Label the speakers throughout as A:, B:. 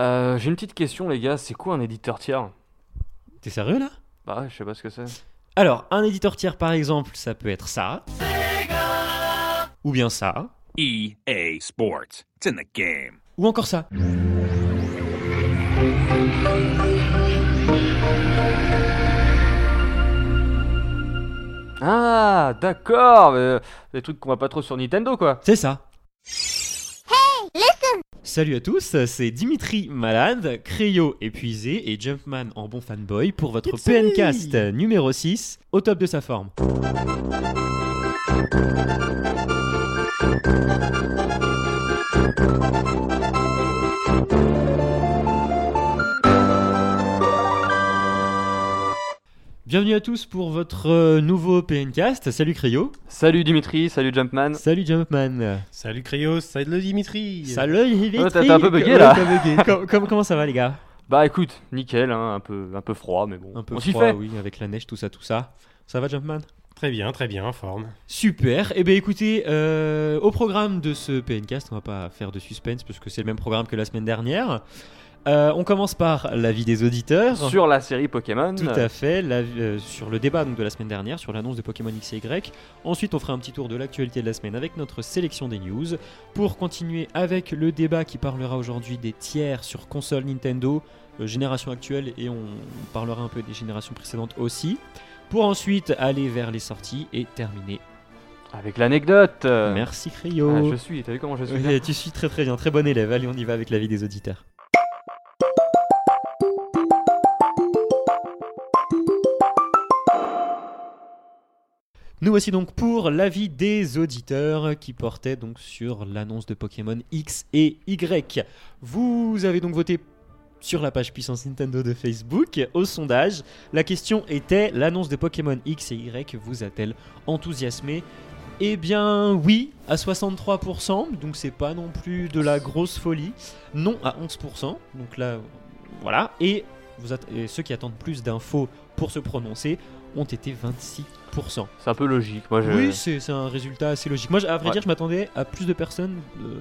A: Euh, J'ai une petite question, les gars. C'est quoi un éditeur tiers
B: T'es sérieux là
A: Bah, ouais, je sais pas ce que c'est.
B: Alors, un éditeur tiers par exemple, ça peut être ça. Ou bien ça.
C: EA E Sports. It's in the game.
B: Ou encore ça.
A: Ah, d'accord. mais, euh, Des trucs qu'on voit pas trop sur Nintendo, quoi.
B: C'est ça. Salut à tous, c'est Dimitri Malade, Créo épuisé et Jumpman en bon fanboy pour votre
D: Youpi
B: PNcast numéro 6, au top de sa forme. Bienvenue à tous pour votre euh, nouveau PNcast. Salut Créo.
A: Salut Dimitri, salut Jumpman.
B: Salut Jumpman.
D: Salut Cryos, salut Dimitri.
B: Salut Dimitri.
A: Ouais, t'as- t'as un peu bugué,
B: Ouais,
A: là.
B: t'as bugué. Com- com- comment ça va les gars
A: Bah, écoute, nickel, hein, un, peu, un peu froid, mais bon.
B: Un peu
A: on s'y
B: froid,
A: fait.
B: oui, avec la neige, tout ça, tout ça. Ça va Jumpman
D: Très bien, très bien, en forme.
B: Super. Eh bien, écoutez, euh, au programme de ce PNcast, on va pas faire de suspense parce que c'est le même programme que la semaine dernière. Euh, on commence par l'avis des auditeurs.
A: Sur la série Pokémon.
B: Tout à fait, l'avis- euh, sur le débat donc, de la semaine dernière, sur l'annonce de Pokémon XY. Ensuite, on fera un petit tour de l'actualité de la semaine avec notre sélection des news. Pour continuer avec le débat qui parlera aujourd'hui des tiers sur console Nintendo, euh, génération actuelle, et on parlera un peu des générations précédentes aussi. Pour ensuite aller vers les sorties et terminer
A: Avec l'anecdote. euh,
B: Merci
A: ah,
B: Cryo.
A: je suis, t'as vu comment je suis
B: Oui,
A: bien
B: tu suis très très bien, très bon élève. Allez, on y va avec l'avis des auditeurs. Nous voici donc pour l'avis des auditeurs qui portait donc sur l'annonce de Pokémon X et Y. Vous avez donc voté sur la page Puissance Nintendo de Facebook au sondage. La question était l'annonce de Pokémon X et Y vous a-t-elle enthousiasmé eh bien oui, à 63%, donc c'est pas non plus de la grosse folie. Non à 11%, donc là, voilà. Et, vous att- et ceux qui attendent plus d'infos pour se prononcer ont été 26%.
A: C'est un peu logique. Moi, je...
B: Oui, c'est c'est un résultat assez logique. Moi, je- à vrai
A: Ouais.
B: dire, je m'attendais à plus de personnes euh,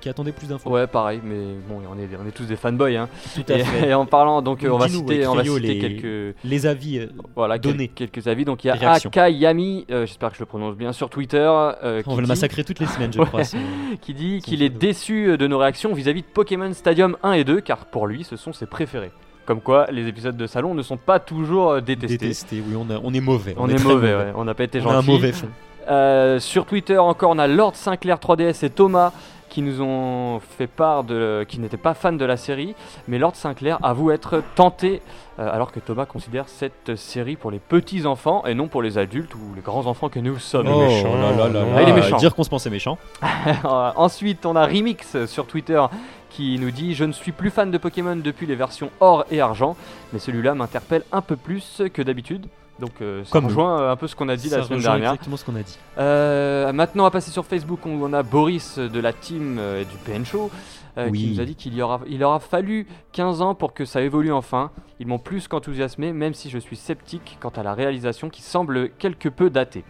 B: qui attendaient plus d'infos.
A: Ouais, pareil, mais bon, on est, on est tous des fanboys. Hein.
B: Tout à
A: Et,
B: fait.
A: et en parlant, donc, euh, on va
B: Dis-nous,
A: citer, on va
B: Cryo,
A: citer
B: les-
A: quelques.
B: Les avis, euh,
A: Voilà, quel-
B: Donnez.
A: quelques avis. Donc il y a
B: Les réactions.
A: Akayami, euh, j'espère que je le prononce bien, sur Twitter, euh,
B: on
A: qui,
B: va le
A: dit,
B: massacrer toutes les semaines, je
A: Ouais.
B: crois. c'est-
A: qui dit
B: son
A: qu'il est
B: pseudo.
A: déçu euh, de nos réactions vis-à-vis de Pokémon Stadium 1 et 2, car pour lui, ce sont ses préférés. Comme quoi, les épisodes de salon ne sont pas toujours euh, détestés.
B: Détesté, oui, on, a- on est mauvais.
A: On, est,
B: très
A: mauvais, ouais, on n'a pas été
B: On a un
A: gentil.
B: mauvais fond.
A: Euh, sur Twitter encore, on a Lord Sinclair 3DS et Thomas qui nous ont fait part de qui n'étaient pas fans de la série, mais Lord Sinclair avoue être tenté, euh, alors que Thomas considère cette série pour les petits enfants et non pour les adultes ou les grands enfants que nous sommes.
D: Oh. méchant,
B: là là là
D: non.
B: là,
A: Il est méchant.
B: Dire qu'on se pensait méchant.
A: Euh, ensuite, on a Remix sur Twitter qui nous dit Je ne suis plus fan de Pokémon depuis les versions or et argent, mais celui-là m'interpelle un peu plus que d'habitude. Donc, euh, ça
B: Comme nous.
A: rejoint euh, un peu ce qu'on a dit
B: Ça
A: la semaine
B: rejoint
A: dernière.
B: exactement ce qu'on a dit.
A: Euh, maintenant, à passer sur Facebook, où on a Boris de la team euh, du PN Show euh,
B: Oui.
A: qui nous a dit qu'il y aura, il aura fallu 15 ans pour que ça évolue enfin. Ils m'ont plus qu'enthousiasmé, même si je suis sceptique quant à la réalisation qui semble quelque peu datée.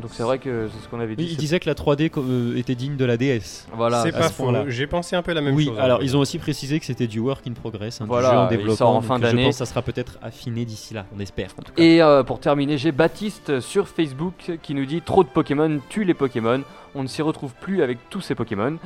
A: Donc c'est vrai que c'est ce qu'on avait dit.
B: il
A: c'est-
B: disait que la 3D co- euh, était digne de la DS.
A: Voilà, euh,
D: c'est
B: à
D: pas
B: ce
D: faux.
B: point-là.
D: J'ai pensé un peu la même
B: Oui,
D: chose. hein.
B: alors ils ont aussi précisé que c'était du work in progress, hein,
A: Voilà,
B: du jeu en
A: il
B: développement.
A: sort en
B: donc euh,
A: fin
B: Je
A: d'année.
B: pense que ça sera peut-être affiné d'ici là, on espère. en tout cas.
A: Et euh, pour terminer, j'ai Baptiste sur Facebook qui nous dit trop de Pokémon tue les Pokémon. On ne s'y retrouve plus avec tous ces Pokémon.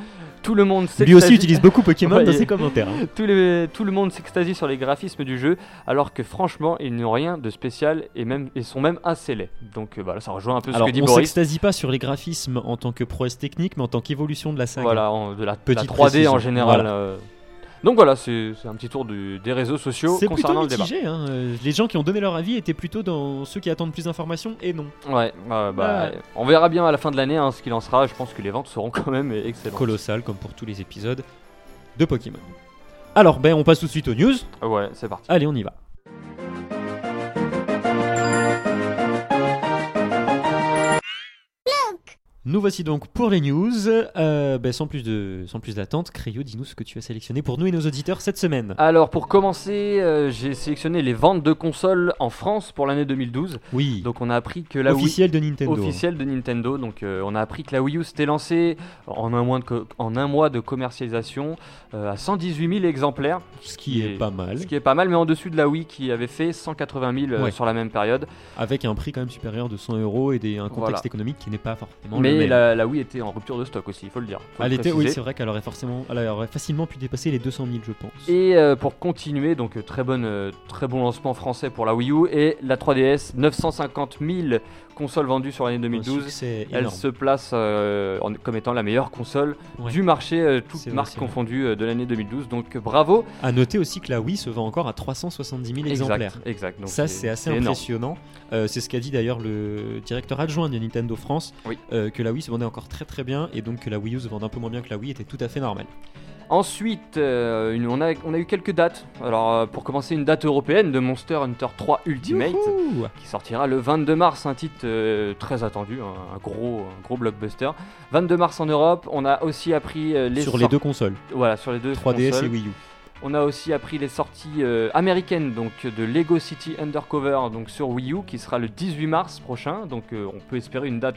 A: Tout le monde sait
B: Lui aussi utilise beaucoup Pokémon
A: Ouais,
B: dans
A: et-
B: ses commentaires. hein.
A: Tous les- tout le monde s'extasie sur les graphismes du jeu, alors que franchement, ils n'ont rien de spécial et, même, et sont même assez laids. Donc euh, voilà, ça rejoint un peu
B: Alors
A: ce que dit
B: on
A: Boris.
B: s'extasie pas sur les graphismes en tant que prouesse technique, mais en tant qu'évolution de la saga.
A: Voilà, en- de la, de la
B: Petite
A: 3D en
B: précision.
A: général.
B: Voilà.
A: euh. Donc voilà, c'est c'est un petit tour du- des réseaux sociaux
B: C'est
A: concernant
B: plutôt
A: le débat.
B: mitigé. hein, euh, Les gens qui ont donné leur avis étaient plutôt dans ceux qui attendent plus d'informations et non.
A: Ouais, euh, bah,
B: Ouais.
A: on verra bien à la fin de l'année hein, ce qu'il en sera. Je pense que les ventes seront quand même euh, excellentes.
B: Colossal comme pour tous les épisodes de Pokémon. Alors ben on passe tout de suite aux news.
A: Ouais, c'est parti.
B: Allez, on y va. Nous voici donc pour les news. Euh, ben, sans plus de, sans plus d'attente, Cryo, dis-nous ce que tu as sélectionné pour nous et nos auditeurs cette semaine.
A: Alors pour commencer, euh, j'ai sélectionné les ventes de consoles en France pour l'année 2012.
B: Oui.
A: Donc on a appris que la Wii
B: Officiel de Nintendo.
A: officielle de Nintendo. Donc euh, on a appris que la Wii U s'était lancée en un mois de, co- en un mois de commercialisation euh, à 118 000 exemplaires,
B: Ce qui est
A: Et-
B: pas mal.
A: ce qui est pas mal, mais en dessus de la Wii qui avait fait 180 000 euh,
B: Ouais.
A: sur la même période.
B: Avec un prix quand même supérieur de 100 euros et des, un contexte
A: Voilà.
B: économique qui n'est pas forcément le
A: Mais
B: même.
A: la, la Wii était en rupture de stock aussi, il faut le dire. Faut le
B: Elle était, oui,
A: préciser.
B: c'est vrai qu'elle aurait forcément, elle aurait facilement pu dépasser les 200 000, je pense.
A: Et euh, pour continuer, donc euh, très, bonne, euh, très bon lancement français pour la Wii U et la 3DS, 950 000 consoles vendues sur l'année 2012.
B: c'est
A: Elle
B: énorme.
A: se place euh, en- comme étant la meilleure console
B: Ouais.
A: du marché, euh, toutes
B: C'est vrai,
A: marques
B: c'est vrai.
A: confondues euh, de l'année 2012. Donc euh, bravo.
B: À noter aussi que la Wii se vend encore à 370 000 exemplaires.
A: Exact. exact. Donc,
B: Ça, c'est assez
A: énorme.
B: impressionnant. Euh, c'est ce qu'a dit d'ailleurs le directeur adjoint de Nintendo France,
A: Oui.
B: euh, que la Wii se vendait encore très très bien et donc que la Wii U se vendait un peu moins bien que la Wii était tout à fait normal.
A: Ensuite, euh, une- on, a, on a eu quelques dates. Alors euh, pour commencer, une date européenne de Monster Hunter 3 Ultimate.
B: Youhou
A: qui sortira le 22 mars, un titre euh, très attendu, un, un gros, un gros blockbuster. 22 mars en Europe, on a aussi appris euh, les
B: Sur les
A: sorties-
B: deux consoles,
A: voilà sur les deux
B: 3DS
A: consoles.
B: et Wii U.
A: On a aussi appris les sorties euh, américaines donc de Lego City Undercover donc sur Wii U qui sera le 18 mars prochain, donc euh, on peut espérer une date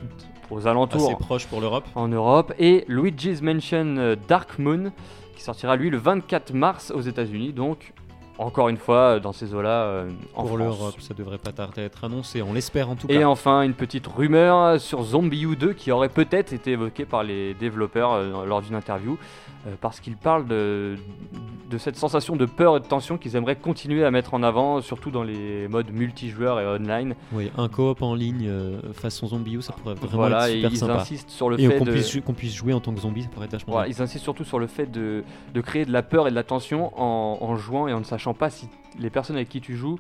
A: aux alentours
B: Assez proche pour l'Europe.
A: en Europe et Luigi's Mansion euh, Dark Moon qui sortira lui le 24 mars aux États-Unis donc encore une fois euh, dans ces eaux-là euh, en France.
B: Pour l'Europe, ça devrait pas tarder à être annoncé, on l'espère en tout
A: Et
B: cas.
A: enfin, une petite rumeur sur Zombie U2 qui aurait peut-être été évoquée par les développeurs euh, lors d'une interview euh, parce qu'ils parlent de, de cette sensation de peur et de tension qu'ils aimeraient continuer à mettre en avant, surtout dans les modes multijoueurs et online.
B: Oui, un coop en ligne euh, façon zombie, ça pourrait vraiment
A: voilà,
B: être
A: et
B: super
A: ils
B: sympa.
A: insistent sur le
B: Et
A: fait
B: qu'on
A: de.
B: puisse, jou- qu'on puisse jouer en tant que zombie, ça pourrait être vachement
A: voilà,
B: bien.
A: ils insistent surtout sur le fait de, de créer de la peur et de la tension en, en jouant et en ne sachant pas si les personnes avec qui tu joues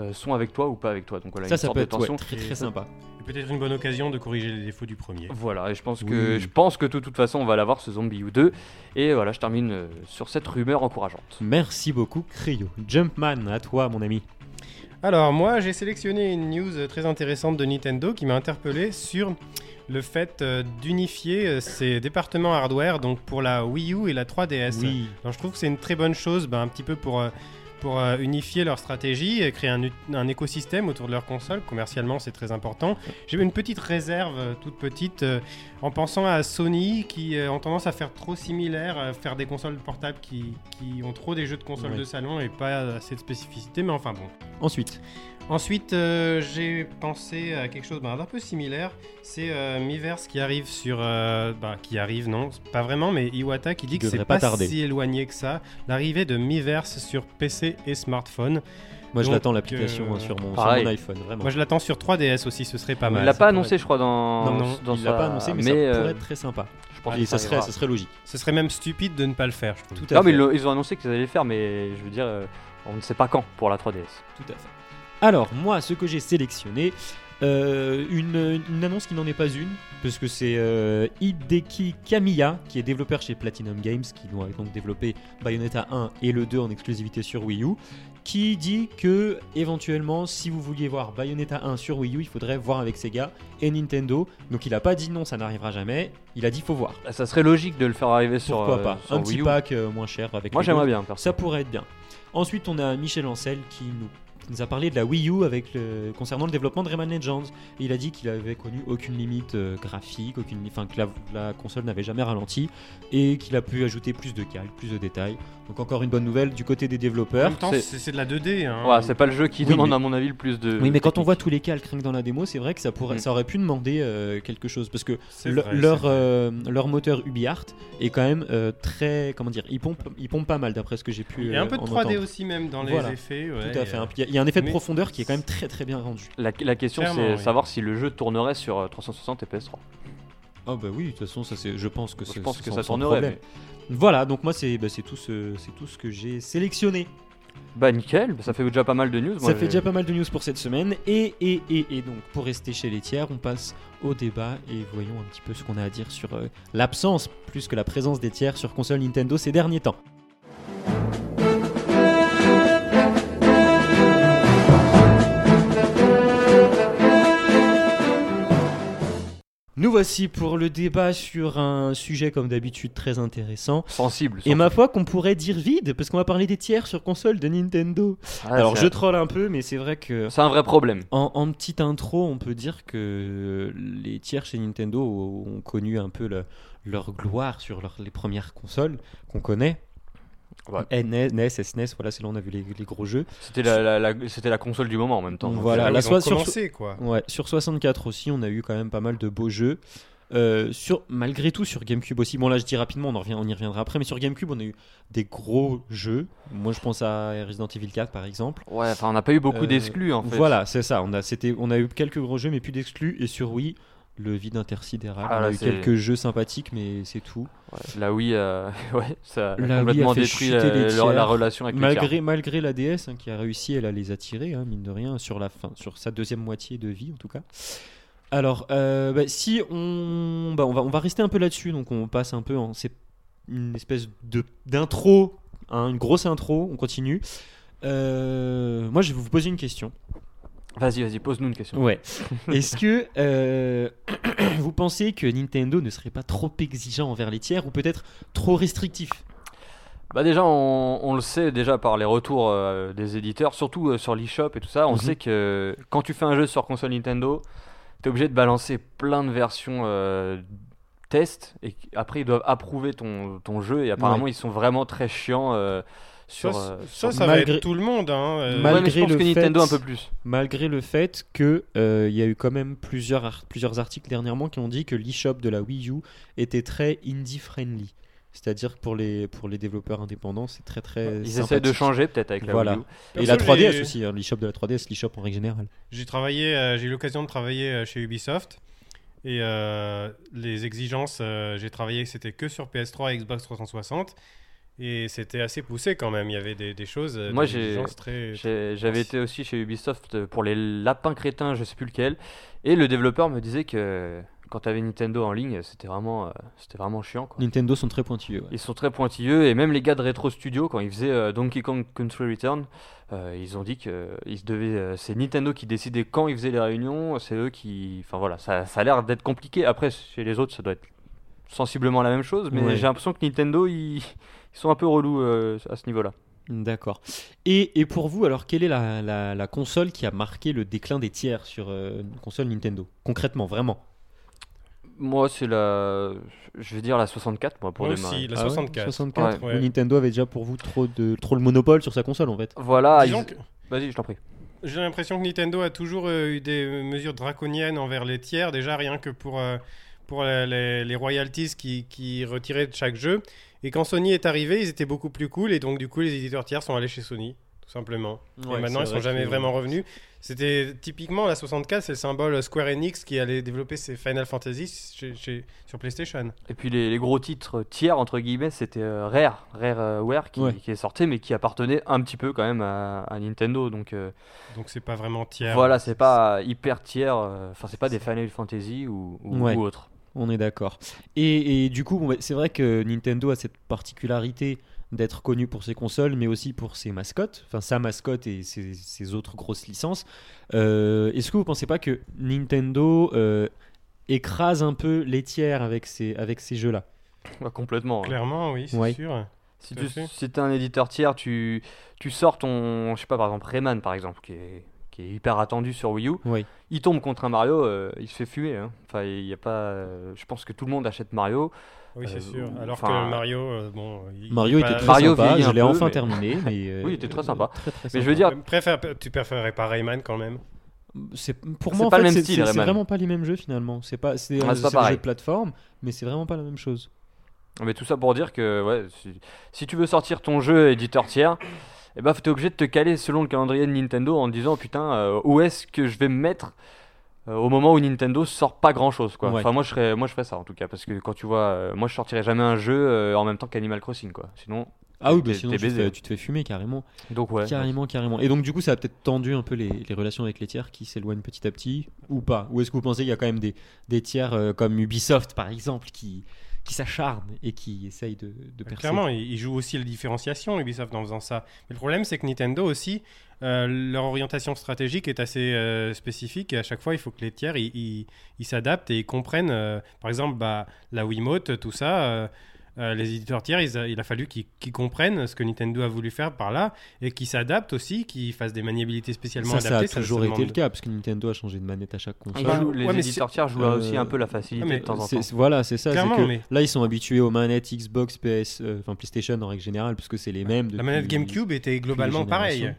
A: euh, sont avec toi ou pas avec toi. Donc voilà,
B: Ça,
A: une
B: ça
A: sorte
B: peut
A: de
B: être ouais,
A: tension.
B: très très sympa.
D: Peut-être une bonne occasion de corriger les défauts du premier.
A: Voilà, et je pense que
B: Oui.
A: je pense que de toute façon on va l'avoir ce zombie ou deux. Et voilà, je termine euh, sur cette rumeur encourageante.
B: Merci beaucoup, Cryo. Jumpman, à toi, mon ami.
D: Alors moi j'ai sélectionné une news très intéressante de Nintendo qui m'a interpellé sur le fait euh, d'unifier euh, ces départements hardware donc pour la Wii U et la 3DS.
B: Oui,
D: Alors je trouve que c'est une très bonne chose, ben, un petit peu pour, euh, pour euh, unifier leur stratégie et créer un, ut- un écosystème autour de leur console. Commercialement, c'est très important. J'ai une petite réserve, euh, toute petite, euh, en pensant à Sony qui euh, ont tendance à faire trop similaire, à faire des consoles portables qui, qui ont trop des jeux de consoles
B: Ouais.
D: de salon et pas assez de spécificité, mais enfin bon.
B: ensuite.
D: Ensuite, euh, j'ai pensé à quelque chose ben, d'un peu similaire. C'est euh, Miiverse qui arrive sur. euh, ben, qui arrive, non, c'est pas vraiment, mais Iwata qui dit que
B: devrait
D: c'est
B: pas
D: pas,
B: tarder.
D: si éloigné que ça. L'arrivée de Miiverse sur PC et smartphone.
B: Moi, je
D: Donc,
B: l'attends l'application
D: euh,
B: hein, sur, mon, sur
A: pareil.
B: mon iPhone, vraiment.
D: Moi, je l'attends sur 3DS aussi, ce serait pas
A: il
D: mal.
A: l'a
D: ça
A: pas
D: pourrait
A: annoncé,
D: être-
A: je crois, dans,
D: Non, non,
A: dans
B: il
A: sa...
B: l'a pas annoncé, mais, ça
A: euh,
B: pourrait être très sympa.
A: je pense
B: Et
A: que
B: ça serait,
A: arrivera.
B: ça serait logique.
D: Ce serait même stupide de ne pas le faire, je trouve.
B: Tout à
A: Non,
B: fait.
A: mais ils l'ont- ils ont annoncé qu'ils allaient le faire, mais je veux dire, euh, on ne sait pas quand pour la 3DS.
B: Tout à fait. Alors, moi, ce que j'ai sélectionné, euh, une, une annonce qui n'en est pas une, parce que c'est euh, Hideki Kamiya, qui est développeur chez Platinum Games, qui doit donc développer Bayonetta 1 et le 2 en exclusivité sur Wii U, qui dit que, éventuellement, si vous vouliez voir Bayonetta 1 sur Wii U, il faudrait voir avec Sega et Nintendo. Donc, il n'a pas dit non, ça n'arrivera jamais, il a dit faut voir.
A: Ah, Ça serait logique de le faire arriver sur,
B: Pourquoi
A: euh,
B: pas
A: sur
B: Un
A: Wii
B: petit
A: U.
B: pack euh, moins cher avec
A: Moi
B: les deux.
A: j'aimerais bien. perso.
B: Ça pourrait être bien. Ensuite, on a Michel Ancel qui nous, qui nous a parlé de la Wii U avec le- concernant le développement de Rayman Legends. Et il a dit qu'il avait connu aucune limite euh, graphique, aucune, enfin, que la, la console n'avait jamais ralenti et qu'il a pu ajouter plus de calques, plus de détails. Donc encore une bonne nouvelle du côté des
D: En
B: développeurs.
D: même temps,
A: c'est-
D: c'est c'est de la 2D. hein.
A: Ouais, c'est pas le jeu qui
B: Oui,
A: demande
B: mais-
A: à mon avis le plus de.
B: Oui, mais quand on
A: technique.
B: voit tous les calques rien que dans la démo, c'est vrai que ça, pourrait,
A: Mm.
B: ça aurait pu demander euh, quelque chose parce que
D: C'est
B: le-
D: vrai,
B: leur,
D: c'est vrai.
B: euh, leur moteur UbiArt est quand même euh, très comment dire, il pompe, il pompe pas mal d'après ce que j'ai pu.
D: Il y a un
B: euh,
D: peu de
B: en
D: 3D
B: entendre.
D: aussi, même dans les
B: Voilà.
D: effets. ouais, euh,
B: Tout à fait.
D: et,
B: hein. Puis Il y a- il y a un effet de
D: mais-
B: profondeur qui est quand même très très bien rendu.
A: La, la question c'est
D: Clairement, oui.
A: savoir si le jeu tournerait sur euh, 360 et PS3.
B: Ah bah oui, de toute façon, ça c'est, je pense que
A: Je
B: c'est-
A: pense
B: c'est
A: que
B: sans-
A: ça
B: sans
A: tournerait,
B: problème. Voilà, donc moi c'est, bah, c'est tout ce, c'est tout ce que j'ai sélectionné.
A: Bah nickel, bah, ça fait déjà pas mal de news. moi,
B: ça fait
A: j'ai-
B: déjà pas mal de news pour cette semaine. Et, et, et, et donc pour rester chez les tiers, on passe au débat et voyons un petit peu ce qu'on a à dire sur euh, l'absence plus que la présence des tiers sur console Nintendo ces derniers temps. Nous voici pour le débat sur un sujet comme d'habitude très intéressant.
A: Sensible.
B: Et ma foi qu'on pourrait dire vide, parce qu'on va parler des tiers sur console de Nintendo.
A: surtout. Ouais,
B: Alors
A: Ah, c'est-
B: je troll un peu, mais c'est vrai que...
A: C'est un vrai problème.
B: En, en petite intro, on peut dire que les tiers chez Nintendo ont connu un peu le- leur gloire sur leur- les premières consoles qu'on connaît. Eh, E,
A: Ouais.
B: NES, NES, SNES, voilà, c'est là où on a vu les, les gros jeux.
A: C'était la, la- la- c'était la console du moment en même temps. donc,
B: Voilà,
A: euh,
B: la
D: la
B: soie-
D: soirée
B: surtout-
D: commencé, quoi.
B: Ouais, sur 64 aussi, on a eu quand même pas mal de beaux jeux. Euh, sur, malgré tout, sur GameCube aussi. Bon, là, je dis rapidement, on, en revient, on y reviendra après, mais sur GameCube, on a eu des gros jeux. Moi, je pense à Resident Evil 4, par exemple.
A: Ouais, enfin, on n'a pas eu beaucoup
B: Euh,
A: d'exclus en fait.
B: Voilà, c'est ça. On a, c'était, on a eu quelques gros jeux, mais plus d'exclus. Et sur Wii, le vide intersidéral.
A: Ah,
B: on a
A: là,
B: eu
A: c'est-
B: quelques jeux sympathiques, mais c'est tout.
A: Ouais, La Wii, euh, ouais, ça a
B: La Wii a
A: complètement
B: fait
A: détruit euh,
B: chuter
A: la,
B: les
A: leur-
B: tiers.
A: la relation avec les tiers.
B: Malgré, malgré la DS hein, qui a réussi, elle, à les attirer, hein, mine de rien, sur la fin, sur sa deuxième moitié de vie, en tout cas. Alors, euh, bah, si on, bah, on va, on va rester un peu là-dessus. Donc, on passe un peu en, c'est une espèce de d'intro, hein, une grosse intro. On continue. Euh, moi, je vais vous poser une question.
A: Vas-y, vas-y, pose-nous une question.
B: Ouais. Est-ce que euh, vous pensez que Nintendo ne serait pas trop exigeant envers les tiers ou peut-être trop restrictif
A: Bah déjà, on, on le sait déjà par les retours euh, des éditeurs, surtout euh, sur l'eShop et tout ça, on
B: Mhm.
A: sait que quand tu fais un jeu sur console Nintendo, t'es obligé de balancer plein de versions euh, test et qu- après ils doivent approuver ton, ton jeu et apparemment ils sont vraiment très chiants euh,
D: Ça,
A: sur... euh,
D: ça,
A: sur-
D: ça va
B: malgré-
D: être tout le monde. Hein. euh,
A: Ouais,
B: Mal-
A: mais je
B: malgré
A: pense
B: le
A: que Nintendo un
B: fait-
A: peu plus.
B: Malgré le fait que euh, il y a eu quand même plusieurs, ar- plusieurs articles dernièrement qui ont dit que l'eShop de la Wii U était très indie-friendly. C'est-à-dire que pour les, pour les développeurs indépendants, c'est très très.
A: Ils essaient de
B: sympathique.
A: changer peut-être avec la
B: Voilà.
A: Wii U.
B: Et la
D: Perso,
B: 3DS
D: j'ai-
B: aussi, hein, l'eShop de la 3DS, l'eShop en règle générale.
D: J'ai travaillé, euh, j'ai eu l'occasion de travailler euh, chez Ubisoft et euh, les exigences, euh, j'ai travaillé, c'était que sur PS3 et Xbox 360 et c'était assez poussé quand même. Il y avait des, des choses, euh,
A: Moi,
D: des
A: j'ai-
D: exigences très.
A: J'ai- J'avais
D: Merci.
A: été aussi chez Ubisoft pour les lapins crétins, je sais plus lequel, et le développeur me disait que quand t'avais Nintendo en ligne, c'était vraiment, euh, c'était vraiment chiant. Quoi.
B: Nintendo sont très pointilleux. ouais.
A: Ils sont très pointilleux et même les gars de Retro Studio quand ils faisaient euh, Donkey Kong Country Return, euh, ils ont dit que euh, ils se devaient, euh, c'est Nintendo qui décidait quand ils faisaient les réunions, c'est eux qui, enfin voilà, ça, ça a l'air d'être compliqué. Après chez les autres, ça doit être sensiblement la même chose, mais
B: Ouais.
A: j'ai l'impression que Nintendo ils, ils sont un peu relous euh, à ce niveau-là.
B: D'accord. Et, et pour vous, alors, quelle est la, la- la console qui a marqué le déclin des tiers sur euh, une console Nintendo Concrètement, vraiment.
A: Moi c'est la, je vais dire la 64 moi pour
D: Moi
A: démarrer.
D: aussi, la
B: Ah ouais
D: 64.
B: 64
D: Ouais.
B: où Nintendo avait déjà pour vous trop, de, trop le monopole sur sa console, en fait.
A: Voilà,
D: Disons
A: Ah, ils-
D: que
A: vas-y je t'en prie.
D: j'ai l'impression que Nintendo a toujours euh, eu des euh, mesures draconiennes envers les tiers, déjà rien que pour, euh, pour euh, les, les royalties qui, qui retiraient de chaque jeu. Et quand Sony est arrivé, ils étaient beaucoup plus cool et donc du coup, les éditeurs tiers sont allés chez Sony, tout simplement. et maintenant, ils sont jamais vraiment revenus. C'était typiquement la 64, c'est le symbole Square Enix qui allait développer ses Final Fantasy chez- chez- sur PlayStation.
A: Et puis les, les gros titres tiers, entre guillemets, c'était euh, Rare, Rareware qui,
B: Ouais.
A: qui est sorti, mais qui appartenait un petit peu quand même à, à Nintendo. Donc euh,
D: Donc c'est pas vraiment tiers.
A: voilà, c'est pas hyper tiers, euh, enfin c'est pas des Final Fantasy ou, ou,
B: Ouais.
A: ou autre.
B: On est d'accord. Et, et du coup, bon, bah, c'est vrai que Nintendo a cette particularité d'être connu pour ses consoles, mais aussi pour ses mascottes, enfin sa mascotte et ses, ses autres grosses licences. Euh, Est-ce que vous pensez pas que Nintendo euh, écrase un peu les tiers avec ces, avec ces jeux-là
A: Ouais, complètement. hein.
D: Clairement, oui, c'est
B: Ouais.
D: sûr.
A: Si
D: tout
A: tu
D: à fait.
A: si t'es un éditeur tiers, tu, tu sors ton, je sais pas, par exemple Rayman, par exemple, qui est, qui est hyper attendu sur Wii U,
B: Oui.
A: il tombe contre un Mario, euh, il se fait fumer. hein. Enfin, il y a pas, euh, je pense que tout le monde achète Mario.
D: Oui, c'est
A: Euh,
D: sûr.
A: ou-
D: Alors
A: enfin,
D: que Mario, euh, bon, il-
B: Mario
D: il
B: était
D: pas-
B: très
A: Bah, Mario
B: sympa,
A: vieillit
B: je
A: un
B: l'ai
A: peu,
B: enfin
A: mais-
B: terminé. Mais, euh,
A: Oui, il était très sympa.
B: très, très
A: Mais je
B: sympa.
A: veux dire,
D: Préfère- tu préférerais pas Rayman quand même
B: C'est pour
A: C'est
B: moi en
A: pas
B: fait,
A: le même
B: c'est-
A: style,
B: c'est- C'est
A: Rayman.
B: vraiment pas les mêmes jeux finalement. C'est pas c'est
A: Ah,
B: euh,
A: c'est pas
B: c'est des jeux
A: pareil.
B: de plateforme, mais c'est vraiment pas la même chose.
A: Mais tout ça pour dire que ouais, si, si tu veux sortir ton jeu éditeur tiers, eh ben, t'es obligé de te caler selon le calendrier de Nintendo en te disant putain euh, où est-ce que je vais me mettre euh, au moment où Nintendo sort pas grand chose quoi.
B: Ouais.
A: Enfin moi je serais, moi je ferais ça en tout cas parce que quand tu vois, euh, moi je sortirais jamais un jeu euh, en même temps qu'Animal Crossing quoi. Sinon
B: Ah oui, bah
A: T'es-
B: sinon
A: t'es
B: tu te,
A: baisé.
B: fais, tu te fais fumer carrément.
A: donc ouais.
B: Carrément, carrément. Et donc du coup, ça a peut-être tendu un peu les, les relations avec les tiers qui s'éloignent petit à petit ou pas. Ou est-ce que vous pensez qu'il y a quand même des, des tiers euh, comme Ubisoft par exemple qui qui s'acharne et qui essaye de, de percer.
D: Bah, Clairement, ils ils jouent aussi la différenciation, Ubisoft, en faisant ça. Mais le problème, c'est que Nintendo aussi, euh, leur orientation stratégique est assez euh, spécifique. Et à chaque fois, il faut que les tiers, ils- ils ils s'adaptent et ils comprennent. euh, par exemple, bah, la Wiimote, tout ça. euh, euh, les éditeurs tiers, ils a- il a fallu qu'ils qu'ils comprennent ce que Nintendo a voulu faire par là et qu'ils s'adaptent aussi, qu'ils fassent des maniabilités spécialement
B: Ça, ça a
D: adaptées. ça- ça
B: toujours été
D: demande-
B: le cas, parce que Nintendo a changé de manette à chaque
A: Ils
B: console.
D: Bah,
A: jouent- les
D: ouais, mais
A: éditeurs tiers jouent
B: euh,
A: aussi un peu la facilité
D: Ah, mais
A: de temps en temps.
B: C'est- Voilà, c'est ça. c'est
D: Clairement,
B: que
D: mais-
B: Là, ils sont habitués aux manettes Xbox, PS, euh, enfin PlayStation en règle générale, parce que c'est les mêmes.
D: Bah, La manette
B: depuis-
D: GameCube était globalement
B: générations.
D: pareille.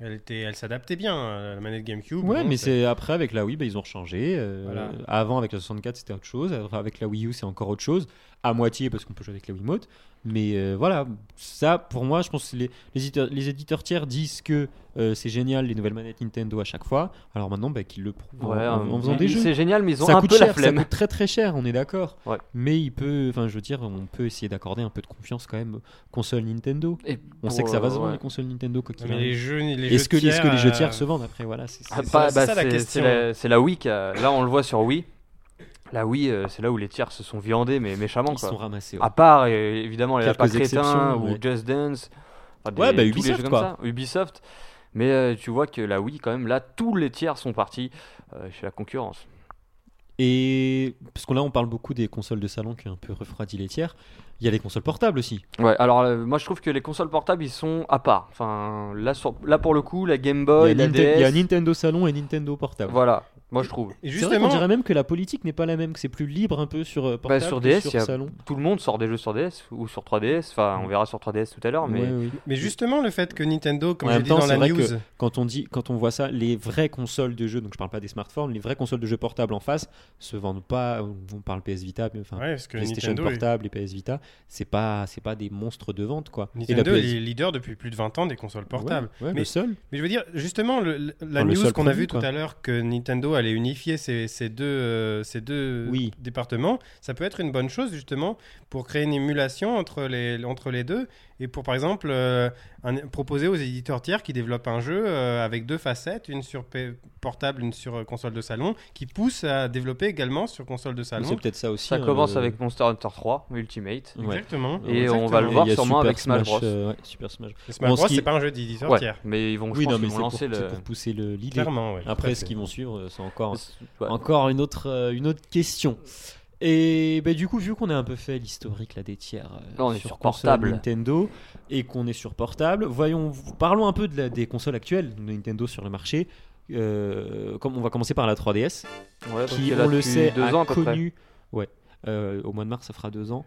D: Elle, était, elle s'adaptait bien, euh, la manette GameCube.
B: Ouais,
D: bon,
B: mais
D: c'est-
B: c'est après avec la Wii, bah, ils ont rechangé. euh,
D: Voilà.
B: Avant avec la 64, c'était autre chose. Après, Avec la Wii U, c'est encore autre chose. À moitié parce qu'on peut jouer avec la Wiimote. Mais euh, voilà, ça pour moi, je pense que les, les éditeurs, les éditeurs tiers disent que euh, c'est génial les nouvelles manettes Nintendo à chaque fois. Alors maintenant, bah, qu'ils le prouvent en-
A: Ouais,
B: en, en
A: euh,
B: faisant des jeux.
A: C'est génial, mais ils ont
B: ça
A: un
B: coûte
A: peu
B: cher,
A: la
B: ça
A: flemme.
B: coûte très très cher, on est d'accord.
A: Ouais.
B: Mais il peut, enfin je veux dire, on peut essayer d'accorder un peu de confiance quand même aux consoles Nintendo.
A: Et
B: On
A: pour,
B: sait que ça va
A: euh,
B: se vendre
A: ouais.
B: les consoles Nintendo quoi qu'il
D: Mais les
B: arrive.
D: jeux, les
B: Est-ce
D: jeux
B: que, est-ce que les jeux
D: euh,
B: tiers se vendent après Voilà, c'est
A: Ah,
B: c'est-
A: pas-
D: ça-
A: bah,
D: c'est ça la
A: c'est-
D: question.
A: C'est la, c'est la Wii qui a- Là, on le voit sur Wii. La Wii, euh, c'est là où les tiers se sont viandés, mais méchamment.
B: ils
A: Quoi.
B: sont ramassés. ouais.
A: À part, euh, évidemment, les
B: Quelques
A: lapins crétins
B: exceptions,
A: ou
B: ouais.
A: Just Dance. enfin,
B: Ouais, bah,
A: tous les
B: Ubisoft,
A: jeux comme
B: quoi.
A: ça. Ubisoft. Mais euh, tu vois que la Wii, quand même, là, tous les tiers sont partis euh, chez la concurrence.
B: Et parce qu'on là on parle beaucoup des consoles de salon qui ont un peu refroidi les tiers, il y a les consoles portables aussi.
A: Ouais, alors euh, moi je trouve que les consoles portables ils sont à part. Enfin, là, sur- là pour le coup, la Game
B: Il y,
A: Boy,
B: a
A: Oh, la
B: Ninten-
A: DS.
B: il y a Nintendo salon et Nintendo portable.
A: Voilà, moi je trouve.
D: Et
B: C'est vrai qu'on
D: justement,
B: dirait même que la politique n'est pas la même, que c'est plus libre un peu sur euh, portable
A: Bah, sur
B: que
A: DS, il y
B: sur
A: a-
B: salon.
A: Tout le monde sort des jeux sur DS ou sur 3DS. Enfin, on verra sur 3DS tout à l'heure, mais.
B: Ouais, ouais.
D: mais justement, le fait que Nintendo, comme
B: En
D: j'ai
B: même
D: dit
B: temps,
D: dans la
B: c'est vrai
D: news,
B: que- quand on dit, quand on voit ça, les vraies consoles de jeux, donc je parle pas des smartphones, les vraies consoles de jeux portables en face se vendent pas. On parle PS Vita, mais enfin
D: Ouais, parce que
B: Ah, PlayStation
D: Nintendo, est-
B: portable et PS Vita, c'est pas, c'est pas des monstres de vente quoi. et
D: Nintendo
B: la
D: est
B: PS
D: leader depuis plus de 20 ans des consoles portables.
B: Ouais, ouais,
D: Mais-
B: le seul.
D: Mais je veux dire, justement, le- le- la
B: Enfin, le
D: news
B: seul
D: qu'on a
B: produit,
D: vue tout
B: quoi.
D: à l'heure que Nintendo allait unifier ces, ces deux, euh, ces deux
B: Oui.
D: départements, ça peut être une bonne chose justement pour créer une émulation entre les, entre les deux et pour par exemple euh, un- proposer aux éditeurs tiers qui développent un jeu euh, avec deux facettes, une sur P- portable, une sur euh, console de salon, qui pousse à développer également sur console de
B: Mais C'est
D: salon.
B: peut-être ça aussi.
A: Ça
B: hein,
A: commence
B: le-
A: avec Monster Hunter 3 Ultimate.
B: Ouais.
D: Exactement.
A: Et
D: Exactement.
A: on va le
B: Et
A: voir
B: il y a
A: sûrement
B: Super
A: avec Smash Bros.
B: euh, ouais, Super Smash.
D: Le Smash
B: Bon,
D: Bros,
B: ce qui-
D: c'est pas un jeu d'éditeur
A: Ouais,
D: tiers.
A: mais ils vont, je
B: Oui,
A: pense
B: non, mais
A: qu'ils vont
B: c'est pour,
A: lancer
B: c'est
A: le.
B: pour pousser le- l'idée.
D: Clairement, ouais.
B: Après, ce
D: Tout à fait.
B: qu'ils vont suivre, euh, c'est encore,
A: Ouais.
B: encore une, autre, euh, une autre question. Et bah, du coup, vu qu'on a un peu fait l'historique là, des tiers euh,
A: Là, on est sur
B: console
A: portable.
B: Nintendo et qu'on est sur portable, voyons, parlons un peu de la- des consoles actuelles de Nintendo sur le marché. Euh, comme on va commencer par la 3DS
A: Ouais, parce
B: qui,
A: qu'elle a
B: on le
A: depuis
B: sait,
A: deux
B: a
A: ans à peu près.
B: connu, ouais, euh, au mois de mars, ça fera deux ans,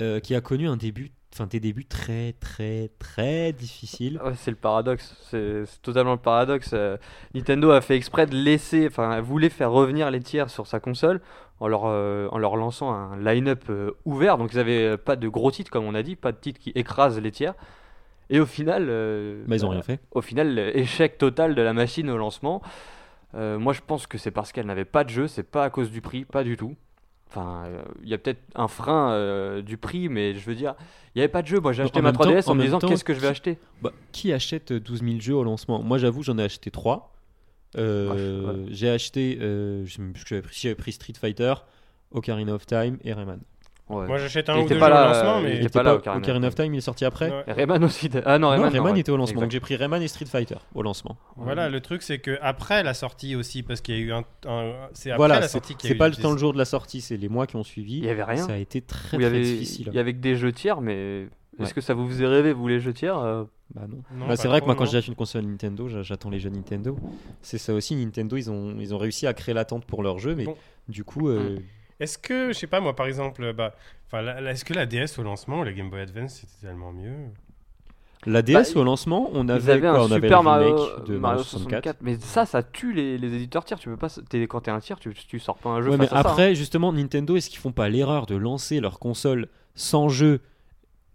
B: euh, qui a connu un début, enfin des débuts très, très, très difficiles.
A: Ouais, c'est le paradoxe, c'est c'est totalement le paradoxe. Euh, Nintendo a fait exprès de laisser, enfin, elle voulait faire revenir les tiers sur sa console en leur, euh, en leur lançant un line-up euh, ouvert. Donc ils n'avaient pas de gros titres, comme on a dit, pas de titres qui écrasent les tiers. Et au final, euh,
B: Mais ils ont
A: bah,
B: rien fait.
A: au final, euh, échec total de la machine au lancement. Euh, moi, je pense que c'est parce qu'elle n'avait pas de jeu, c'est pas à cause du prix, pas du tout. Enfin, euh, il y a peut-être un frein euh, du prix, mais je veux dire, il n'y avait pas de jeu. Moi, j'ai
B: En
A: acheté ma
B: même temps-
A: 3DS en,
B: en
A: me
B: même
A: disant
B: temps,
A: qu'est-ce que je vais
B: qui-
A: acheter.
B: Bah, qui achète 12 000 jeux au lancement Moi, j'avoue, j'en ai acheté 3.
A: Ah, Ouais,
B: J'ai acheté, euh, je sais même plus ce que j'avais pris, si j'avais pris Street Fighter, Ocarina of Time et Rayman.
A: Ouais.
D: Moi j'achète
A: Il
D: un ou
A: était
D: deux jeux au
A: pas là,
D: lancement,
A: euh, il
D: mais.
B: Il
A: était
B: était
A: pas là, Ocarina
B: Ocarina,
A: of
B: of Time, il est sorti après
D: Ouais.
A: Et Rayman aussi. de- Ah non,
B: Non,
A: Rayman,
B: Rayman,
A: non, ouais.
B: était au lancement,
A: Exact.
B: donc j'ai pris Rayman et Street Fighter au lancement.
D: Voilà, le truc c'est que après la sortie aussi, parce qu'il y a eu un, un- c'est après
B: voilà,
D: la
B: c'est
D: sortie qu'il y a
B: c'est
D: eu
B: pas le
D: des-
B: temps le jour de la sortie, c'est les mois qui ont
A: Il
B: suivi.
A: n'y avait rien.
B: Ça a été
A: Ou
B: très,
A: Il y
B: très
A: avait,
B: difficile. hein.
A: il y avait que des jeux tiers, mais
B: Ouais.
A: est-ce que ça vous faisait rêver, vous, les jeux tiers euh,
B: Bah non.
D: Non,
B: Bah,
D: pas
B: c'est vrai que
D: trop,
B: moi, quand
D: non.
B: j'achète une console Nintendo, j'a- j'attends les jeux Nintendo. C'est ça aussi, Nintendo, ils ont, ils ont réussi à créer l'attente pour leurs jeux, mais
D: Bon.
B: du coup, euh,
A: Hmm.
D: Est-ce que, je sais pas moi par exemple, bah, enfin, la- la- est-ce que la DS au lancement ou la Game Boy Advance c'était tellement mieux
B: la DS au lancement, on
A: Bah, Ils
B: avait,
A: avaient
B: quoi,
A: un
B: on avait
A: Super
B: le remake
A: Mario, euh,
B: de
A: Mario 64. Mais ça, ça tue les, les éditeurs tiers. Tu peux pas, t'es- quand t'es un tiers, tu, tu sors pas un jeu
B: Ouais, mais
A: face à ça, hein.
B: après, justement, Nintendo, est-ce qu'ils font pas l'erreur de lancer leur console sans jeu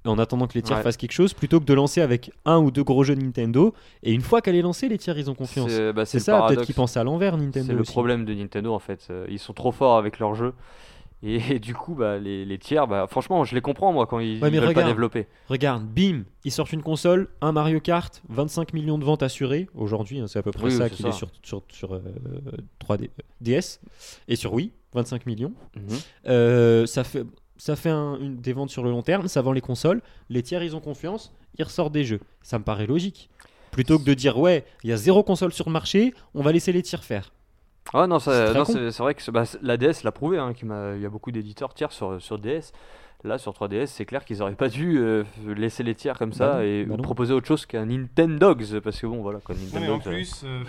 B: en attendant que les tiers
A: Ouais.
B: fassent quelque chose, plutôt que de lancer avec un ou deux gros jeux Nintendo Et une fois qu'elle est lancée, les tiers, ils ont confiance.
A: C'est bah, c'est
B: C'est
A: le
B: ça, peut-être
A: paradoxe.
B: qu'ils pensent à l'envers, Nintendo.
A: C'est le
B: aussi.
A: problème de Nintendo en fait. Euh, Ils sont trop forts avec leurs jeux. Et, du coup, bah, les, les tiers, bah, franchement, je les comprends moi quand ils,
B: Ouais,
A: ils
B: mais
A: veulent pas
B: regarde.
A: développer.
B: Regarde, bim, ils sortent une console, un Mario Kart, 25 millions de ventes assurées. Aujourd'hui, hein, c'est à peu près
A: Oui, oui,
B: ça
A: c'est
B: qu'il
A: ça.
B: est sur, sur, sur, euh, 3D, DS. Et sur Wii, 25 millions.
A: Mhm.
B: Euh, ça fait, ça fait un- une, des ventes sur le long terme, ça vend les consoles, les tiers ils ont confiance, ils ressortent des jeux. Ça me paraît logique. Plutôt que de dire ouais, il y a zéro console sur le marché, on va laisser les tiers faire.
A: Ah non,
B: C'est
A: ça-
B: très
A: non,
B: con.
A: c'est c'est vrai que c'est- bah, c'est- la DS l'a prouvé, hein, qu'il m'a- il y a beaucoup d'éditeurs tiers sur, sur DS. Là, sur 3DS, c'est clair qu'ils auraient pas dû euh, laisser les tiers comme ça
B: Bah non,
A: et
B: bah non.
A: proposer autre chose qu'un Nintendogs. Parce que bon, voilà, quoi,
D: Non, mais en
A: Nintendogs. euh,
D: plus, euh,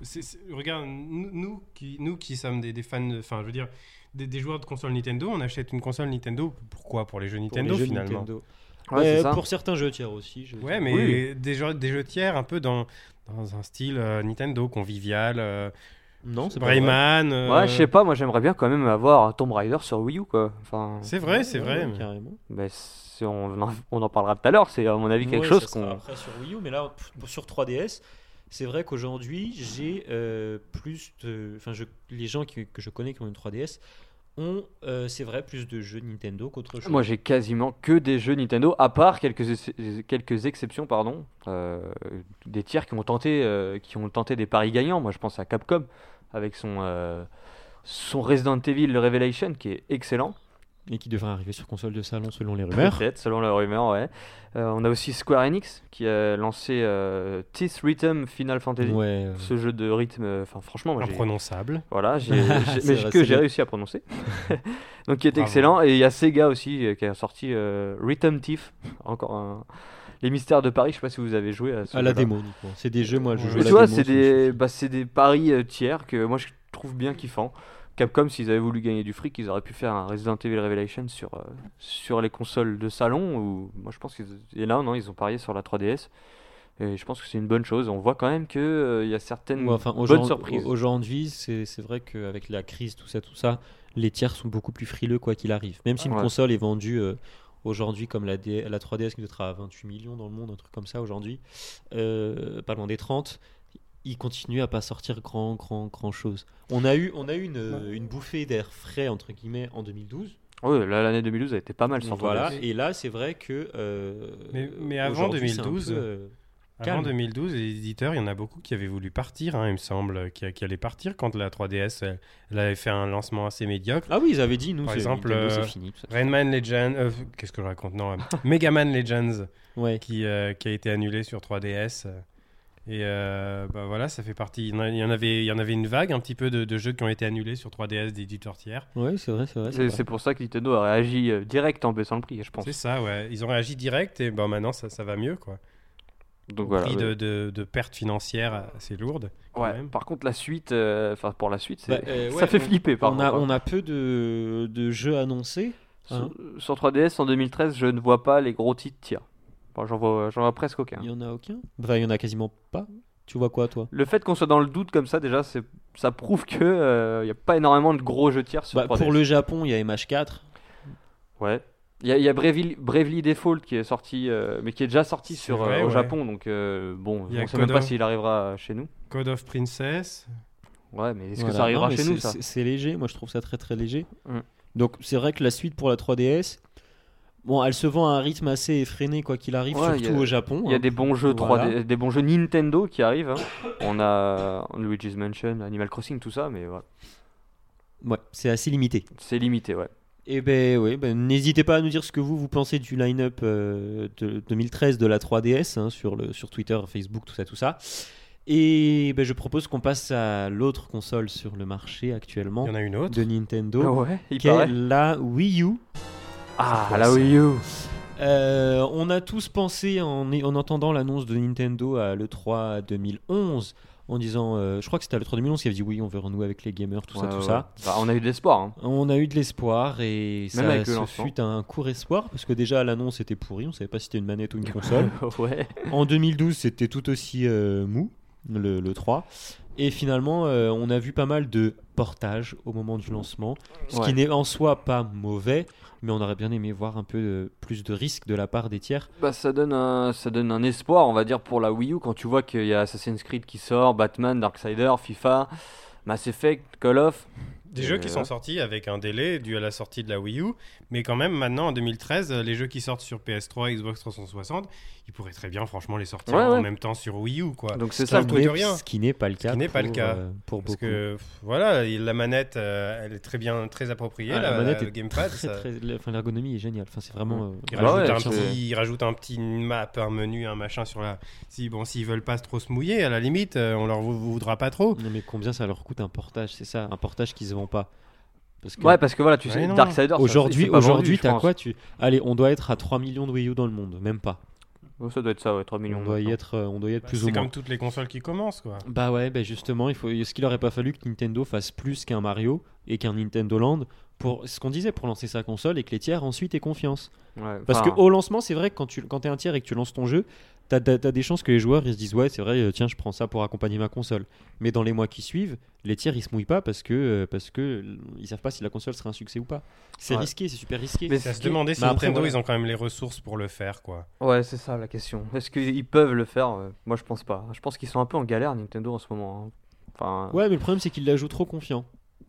D: c'est- c'est- regarde, nous, nous qui, nous qui sommes des, des fans, de- enfin, je veux dire, des, des joueurs de console Nintendo, on achète une console Nintendo. Pourquoi Pour les jeux
B: pour les
D: Nintendo,
B: jeux
D: finalement.
B: Nintendo.
A: ouais, c'est
B: Ouais,
A: ça.
B: pour certains jeux tiers aussi. je-
D: Ouais, mais
A: Oui.
D: des, jeux, des jeux tiers un peu dans, dans un style euh, Nintendo, convivial, euh,
B: Non, c'est pas vrai.
D: Rayman. euh,
A: Ouais, je sais pas, moi j'aimerais bien quand même avoir un Tomb Raider sur Wii U, quoi. Enfin,
D: C'est vrai, c'est
B: Ouais,
D: vrai.
B: ouais,
D: mais-
B: Carrément.
A: mais c'est- Bah, on, en, on en parlera tout à l'heure, c'est à mon avis quelque
B: Ouais,
A: chose
B: ça sera
A: qu'on.
B: après sur Wii U, mais là p- sur 3DS, c'est vrai qu'aujourd'hui j'ai euh, plus de, enfin je- les gens qui- que je connais qui ont une 3DS ont, euh, c'est vrai, plus de jeux Nintendo qu'autre chose.
A: Moi j'ai quasiment que des jeux Nintendo, à part quelques, ex- quelques exceptions, pardon, euh, des tiers qui ont, tenté, euh, qui ont tenté des paris gagnants. Moi je pense à Capcom avec son, euh, son Resident Evil le Revelation qui est excellent,
B: Et qui devrait arriver sur console de salon selon les rumeurs.
A: peut-être selon la rumeur. Ouais. Euh, on a aussi Square Enix qui a lancé euh, Teeth Rhythm Final Fantasy.
B: Ouais. euh,
A: Ce jeu de rythme, euh, enfin franchement, moi j'ai.
D: Imprononçable.
A: Voilà, j'ai- j'ai-
B: C'est
A: mais
B: vrai,
A: que
B: c'est
A: j'ai
B: bien.
A: réussi à prononcer. Donc qui est
D: Bravo.
A: excellent. Et il y a Sega aussi euh, qui a sorti euh, Rhythm Thief, encore un... Les mystères de Paris, je sais pas si vous avez joué à ce
B: à la
A: jeu-là.
B: démo, uniquement. C'est des jeux, moi je
D: Mais
B: joue
A: Mais
B: à
A: tu
B: la
A: vois,
B: démo,
A: c'est
B: ça
A: des,
B: me suffit.
A: bah, c'est des paris euh, tiers que moi je trouve bien kiffants. Capcom, s'ils avaient voulu gagner du fric, ils auraient pu faire un Resident Evil Revelation sur, euh, sur les consoles de salon. Ou moi, je pense qu'ils et là, non, ils ont parié sur la 3DS. Et je pense que c'est une bonne chose. On voit quand même que euh, il y a certaines
B: Ouais, enfin,
A: bonnes
B: aujourd'hui-
A: surprises.
B: Aujourd'hui, c'est c'est vrai qu'avec la crise, tout ça, tout ça, les tiers sont beaucoup plus frileux quoi qu'il arrive. Même si une
A: Ouais.
B: console est vendue euh, aujourd'hui comme la, D- la 3DS qui doit être à 28 millions dans le monde, un truc comme ça aujourd'hui, euh, pas loin des 30, ils continuent à pas sortir grand, grand, grand chose. On a eu, on a eu une, euh, une bouffée d'air frais entre guillemets en 2012.
A: Ouais, là, l'année 2012 a été pas mal sans
B: Voilà.
A: 3DS.
B: Et là, c'est vrai que. euh,
D: Mais- mais avant
B: aujourd'hui, c'est un
D: 2012,
B: peu, euh,
D: Avant
B: Calme.
D: 2012, les éditeurs, il y en a beaucoup qui avaient voulu partir, hein, il me semble, qui, qui allaient partir quand la 3DS elle, elle avait fait un lancement assez médiocre.
B: Ah oui, ils avaient dit nous.
D: Par
B: c'est-
D: exemple,
B: Nintendo, c'est
D: euh,
B: fini. tout ça.
D: Rainman Legends, euh, qu'est-ce que je raconte Non, euh, Mega Man Legends
B: Ouais.
D: qui, euh, qui a été annulé sur 3DS. euh, Et euh, bah voilà, ça fait partie. Il y en a- il y en avait, il y en avait une vague un petit peu de, de jeux qui ont été annulés sur 3DS d'éditeurs tiers.
B: Ouais, c'est vrai, c'est vrai.
A: C'est
B: vrai.
A: c'est pour ça que Nintendo a réagi euh, direct en baissant le prix, je pense.
D: C'est ça, ouais. Ils ont réagi direct et bah maintenant ça, ça va mieux, quoi.
A: Donc voilà.
D: Prix
A: ouais.
B: euh,
D: de, de, de pertes financières assez lourdes. quand
A: Ouais,
D: même.
A: Par contre, la suite, euh, enfin pour la suite, c'est-
B: Bah, euh, ouais,
A: ça fait
B: on-
A: flipper. Par
B: On a,
A: contre, hein.
B: on a peu de, de jeux annoncés. hein.
A: Sur, sur 3DS en 2013, je ne vois pas les gros titres tiers. Enfin, j'en vois, j'en vois presque aucun.
B: Il y en a aucun. Enfin, il y en a quasiment pas. Tu vois quoi, toi
A: Le fait qu'on soit dans le doute comme ça, déjà, c'est, ça prouve que euh, il y a pas énormément de gros jeux tiers sur
B: Bah,
A: 3DS.
B: Pour le Japon, il y a MH4.
A: Ouais. Il y a, il y a Bravely, Bravely Default qui est sorti, euh, mais qui est déjà sorti
D: C'est
A: sur, euh,
D: vrai,
A: au
D: ouais.
A: Japon, donc euh, bon,
D: Il y a
A: on sait même pas
D: Kodo.
A: s'il arrivera chez nous.
D: Code of Princess.
A: Ouais, mais est-ce que
B: Voilà.
A: ça arrivera
B: Non, mais
A: chez nous
B: c'est-
A: ça
B: c'est- C'est léger, moi je trouve ça très très léger.
A: Mm.
B: Donc c'est vrai que la suite pour la 3DS, bon, elle se vend à un rythme assez effréné quoi qu'il arrive,
A: Ouais,
B: surtout
A: il y a-
B: au Japon.
A: Il y a
B: hein.
A: des bons jeux 3D,
B: Voilà.
A: des bons jeux Nintendo qui arrivent. hein. On a Luigi's Mansion, Animal Crossing, tout ça, mais voilà.
B: Ouais, c'est assez limité.
A: c'est limité, ouais.
B: Et ben oui, ben, n'hésitez pas à nous dire ce que vous vous pensez du line-up euh, de 2013 de la 3DS hein, sur le sur Twitter, Facebook, tout ça, tout ça. Et ben, je propose qu'on passe à l'autre console sur le marché actuellement
D: Il y en a une autre. Ah
B: de Nintendo,
A: Ah ouais, il
B: qui est
A: paraît.
B: la Wii U.
A: Ah,
D: Ouais,
A: la
D: c'est-
A: Wii U.
B: Euh, on a tous pensé en, en entendant l'annonce de Nintendo à l'E3 2011 en disant, euh, je crois que c'était à l'E3 2011 qui avait dit oui, on veut renouer avec les gamers, tout ça,
A: Ouais,
B: tout
A: ouais.
B: ça.
A: Bah, on a eu de l'espoir. hein.
B: On a eu de l'espoir et ça
A: avec le
B: ce
A: lancement.
B: fut un court espoir parce que déjà l'annonce était pourrie, on savait pas si c'était une manette ou une console.
A: ouais.
B: en 2012, c'était tout aussi euh, mou, le, le 3. Et finalement, euh, on a vu pas mal de portages au moment du lancement, ce
A: Ouais.
B: qui n'est en soi pas mauvais, mais on aurait bien aimé voir un peu euh, plus de risques de la part des tiers.
A: Bah, ça donne un, ça donne un espoir, on va dire, pour la Wii U quand tu vois qu'il y a Assassin's Creed qui sort, Batman, Darksider, FIFA, Mass Effect, Call of.
D: Des jeux qui
A: Euh,
D: sont sortis avec un délai dû à la sortie de la Wii U, mais quand même maintenant en 2013, euh, les jeux qui sortent sur PS3, Xbox 360, ils pourraient très bien franchement les sortir
A: Ouais,
D: en
A: ouais.
D: même temps sur Wii U
B: Bah,
D: quoi.
A: Donc c'est
D: Ça,
A: ça
D: je
A: le
D: trouve
A: truc.
D: de rien.
B: Ce qui n'est pas le cas.
D: qui n'est pas le
B: pour,
D: cas.
B: euh, pour
D: Parce
B: beaucoup.
D: que pff, voilà, il- la manette, euh, elle est très bien, très appropriée.
B: Ah,
D: la,
B: la manette
D: le
B: est
D: gamepad,
B: très,
D: ça-
B: très- le- enfin, l'ergonomie est géniale. Enfin, c'est vraiment. euh,
D: Il,
A: Ah
D: rajoute
A: ouais,
D: un
A: c'est-
D: petit, il rajoute un petit map, un menu, un machin sur la. Si bon, s'ils veulent pas trop se mouiller, à la limite, euh, on leur vou- voudra pas trop.
B: Non, mais combien ça leur coûte un portage C'est ça, un portage qui se vend pas. Parce que
A: Ouais, parce que voilà, tu
D: Ouais,
A: sais,
D: non.
A: Darksiders. ça,
B: aujourd'hui,
A: c'est pas vendu,
B: aujourd'hui,
A: je
B: t'as
A: pense.
B: quoi tu... Allez, on doit être à 3 millions de Wii U dans le monde, même pas.
A: Oh, Ça doit être ça, ouais, 3 millions.
B: On doit y
A: maintenant.
B: être, euh, on doit
A: Bah,
B: y être plus ou
D: C'est
B: moins.
D: comme toutes les consoles qui commencent, quoi.
B: Bah ouais, bah justement, il faut... est-ce qu'il aurait pas fallu que Nintendo fasse plus qu'un Mario et qu'un Nintendo Land pour ce qu'on disait pour lancer sa console et que les tiers ensuite aient confiance
A: Ouais,
B: Parce
A: enfin,
B: que oh, au lancement, c'est vrai que quand tu quand t'es un tiers et que tu lances ton jeu, t'as as, des chances que les joueurs ils se disent ouais c'est vrai euh, tiens je prends ça pour accompagner ma console. Mais dans les mois qui suivent, les tiers ils se mouillent pas parce que euh, parce que euh, ils savent pas si la console sera un succès ou pas. C'est
A: Ouais.
B: risqué, c'est super risqué.
A: Mais
D: C'est à se
A: ce qui-
D: demander si
B: Bah après,
D: Nintendo,
B: voilà.
D: ils ont quand même les ressources pour le faire, quoi.
A: Ouais, c'est ça la question. Est-ce qu'ils peuvent le faire Euh, Moi, je pense pas. Je pense qu'ils sont un peu en galère, Nintendo, en ce moment. hein. Enfin,
B: Ouais, mais le problème c'est qu'ils la jouent trop confiant.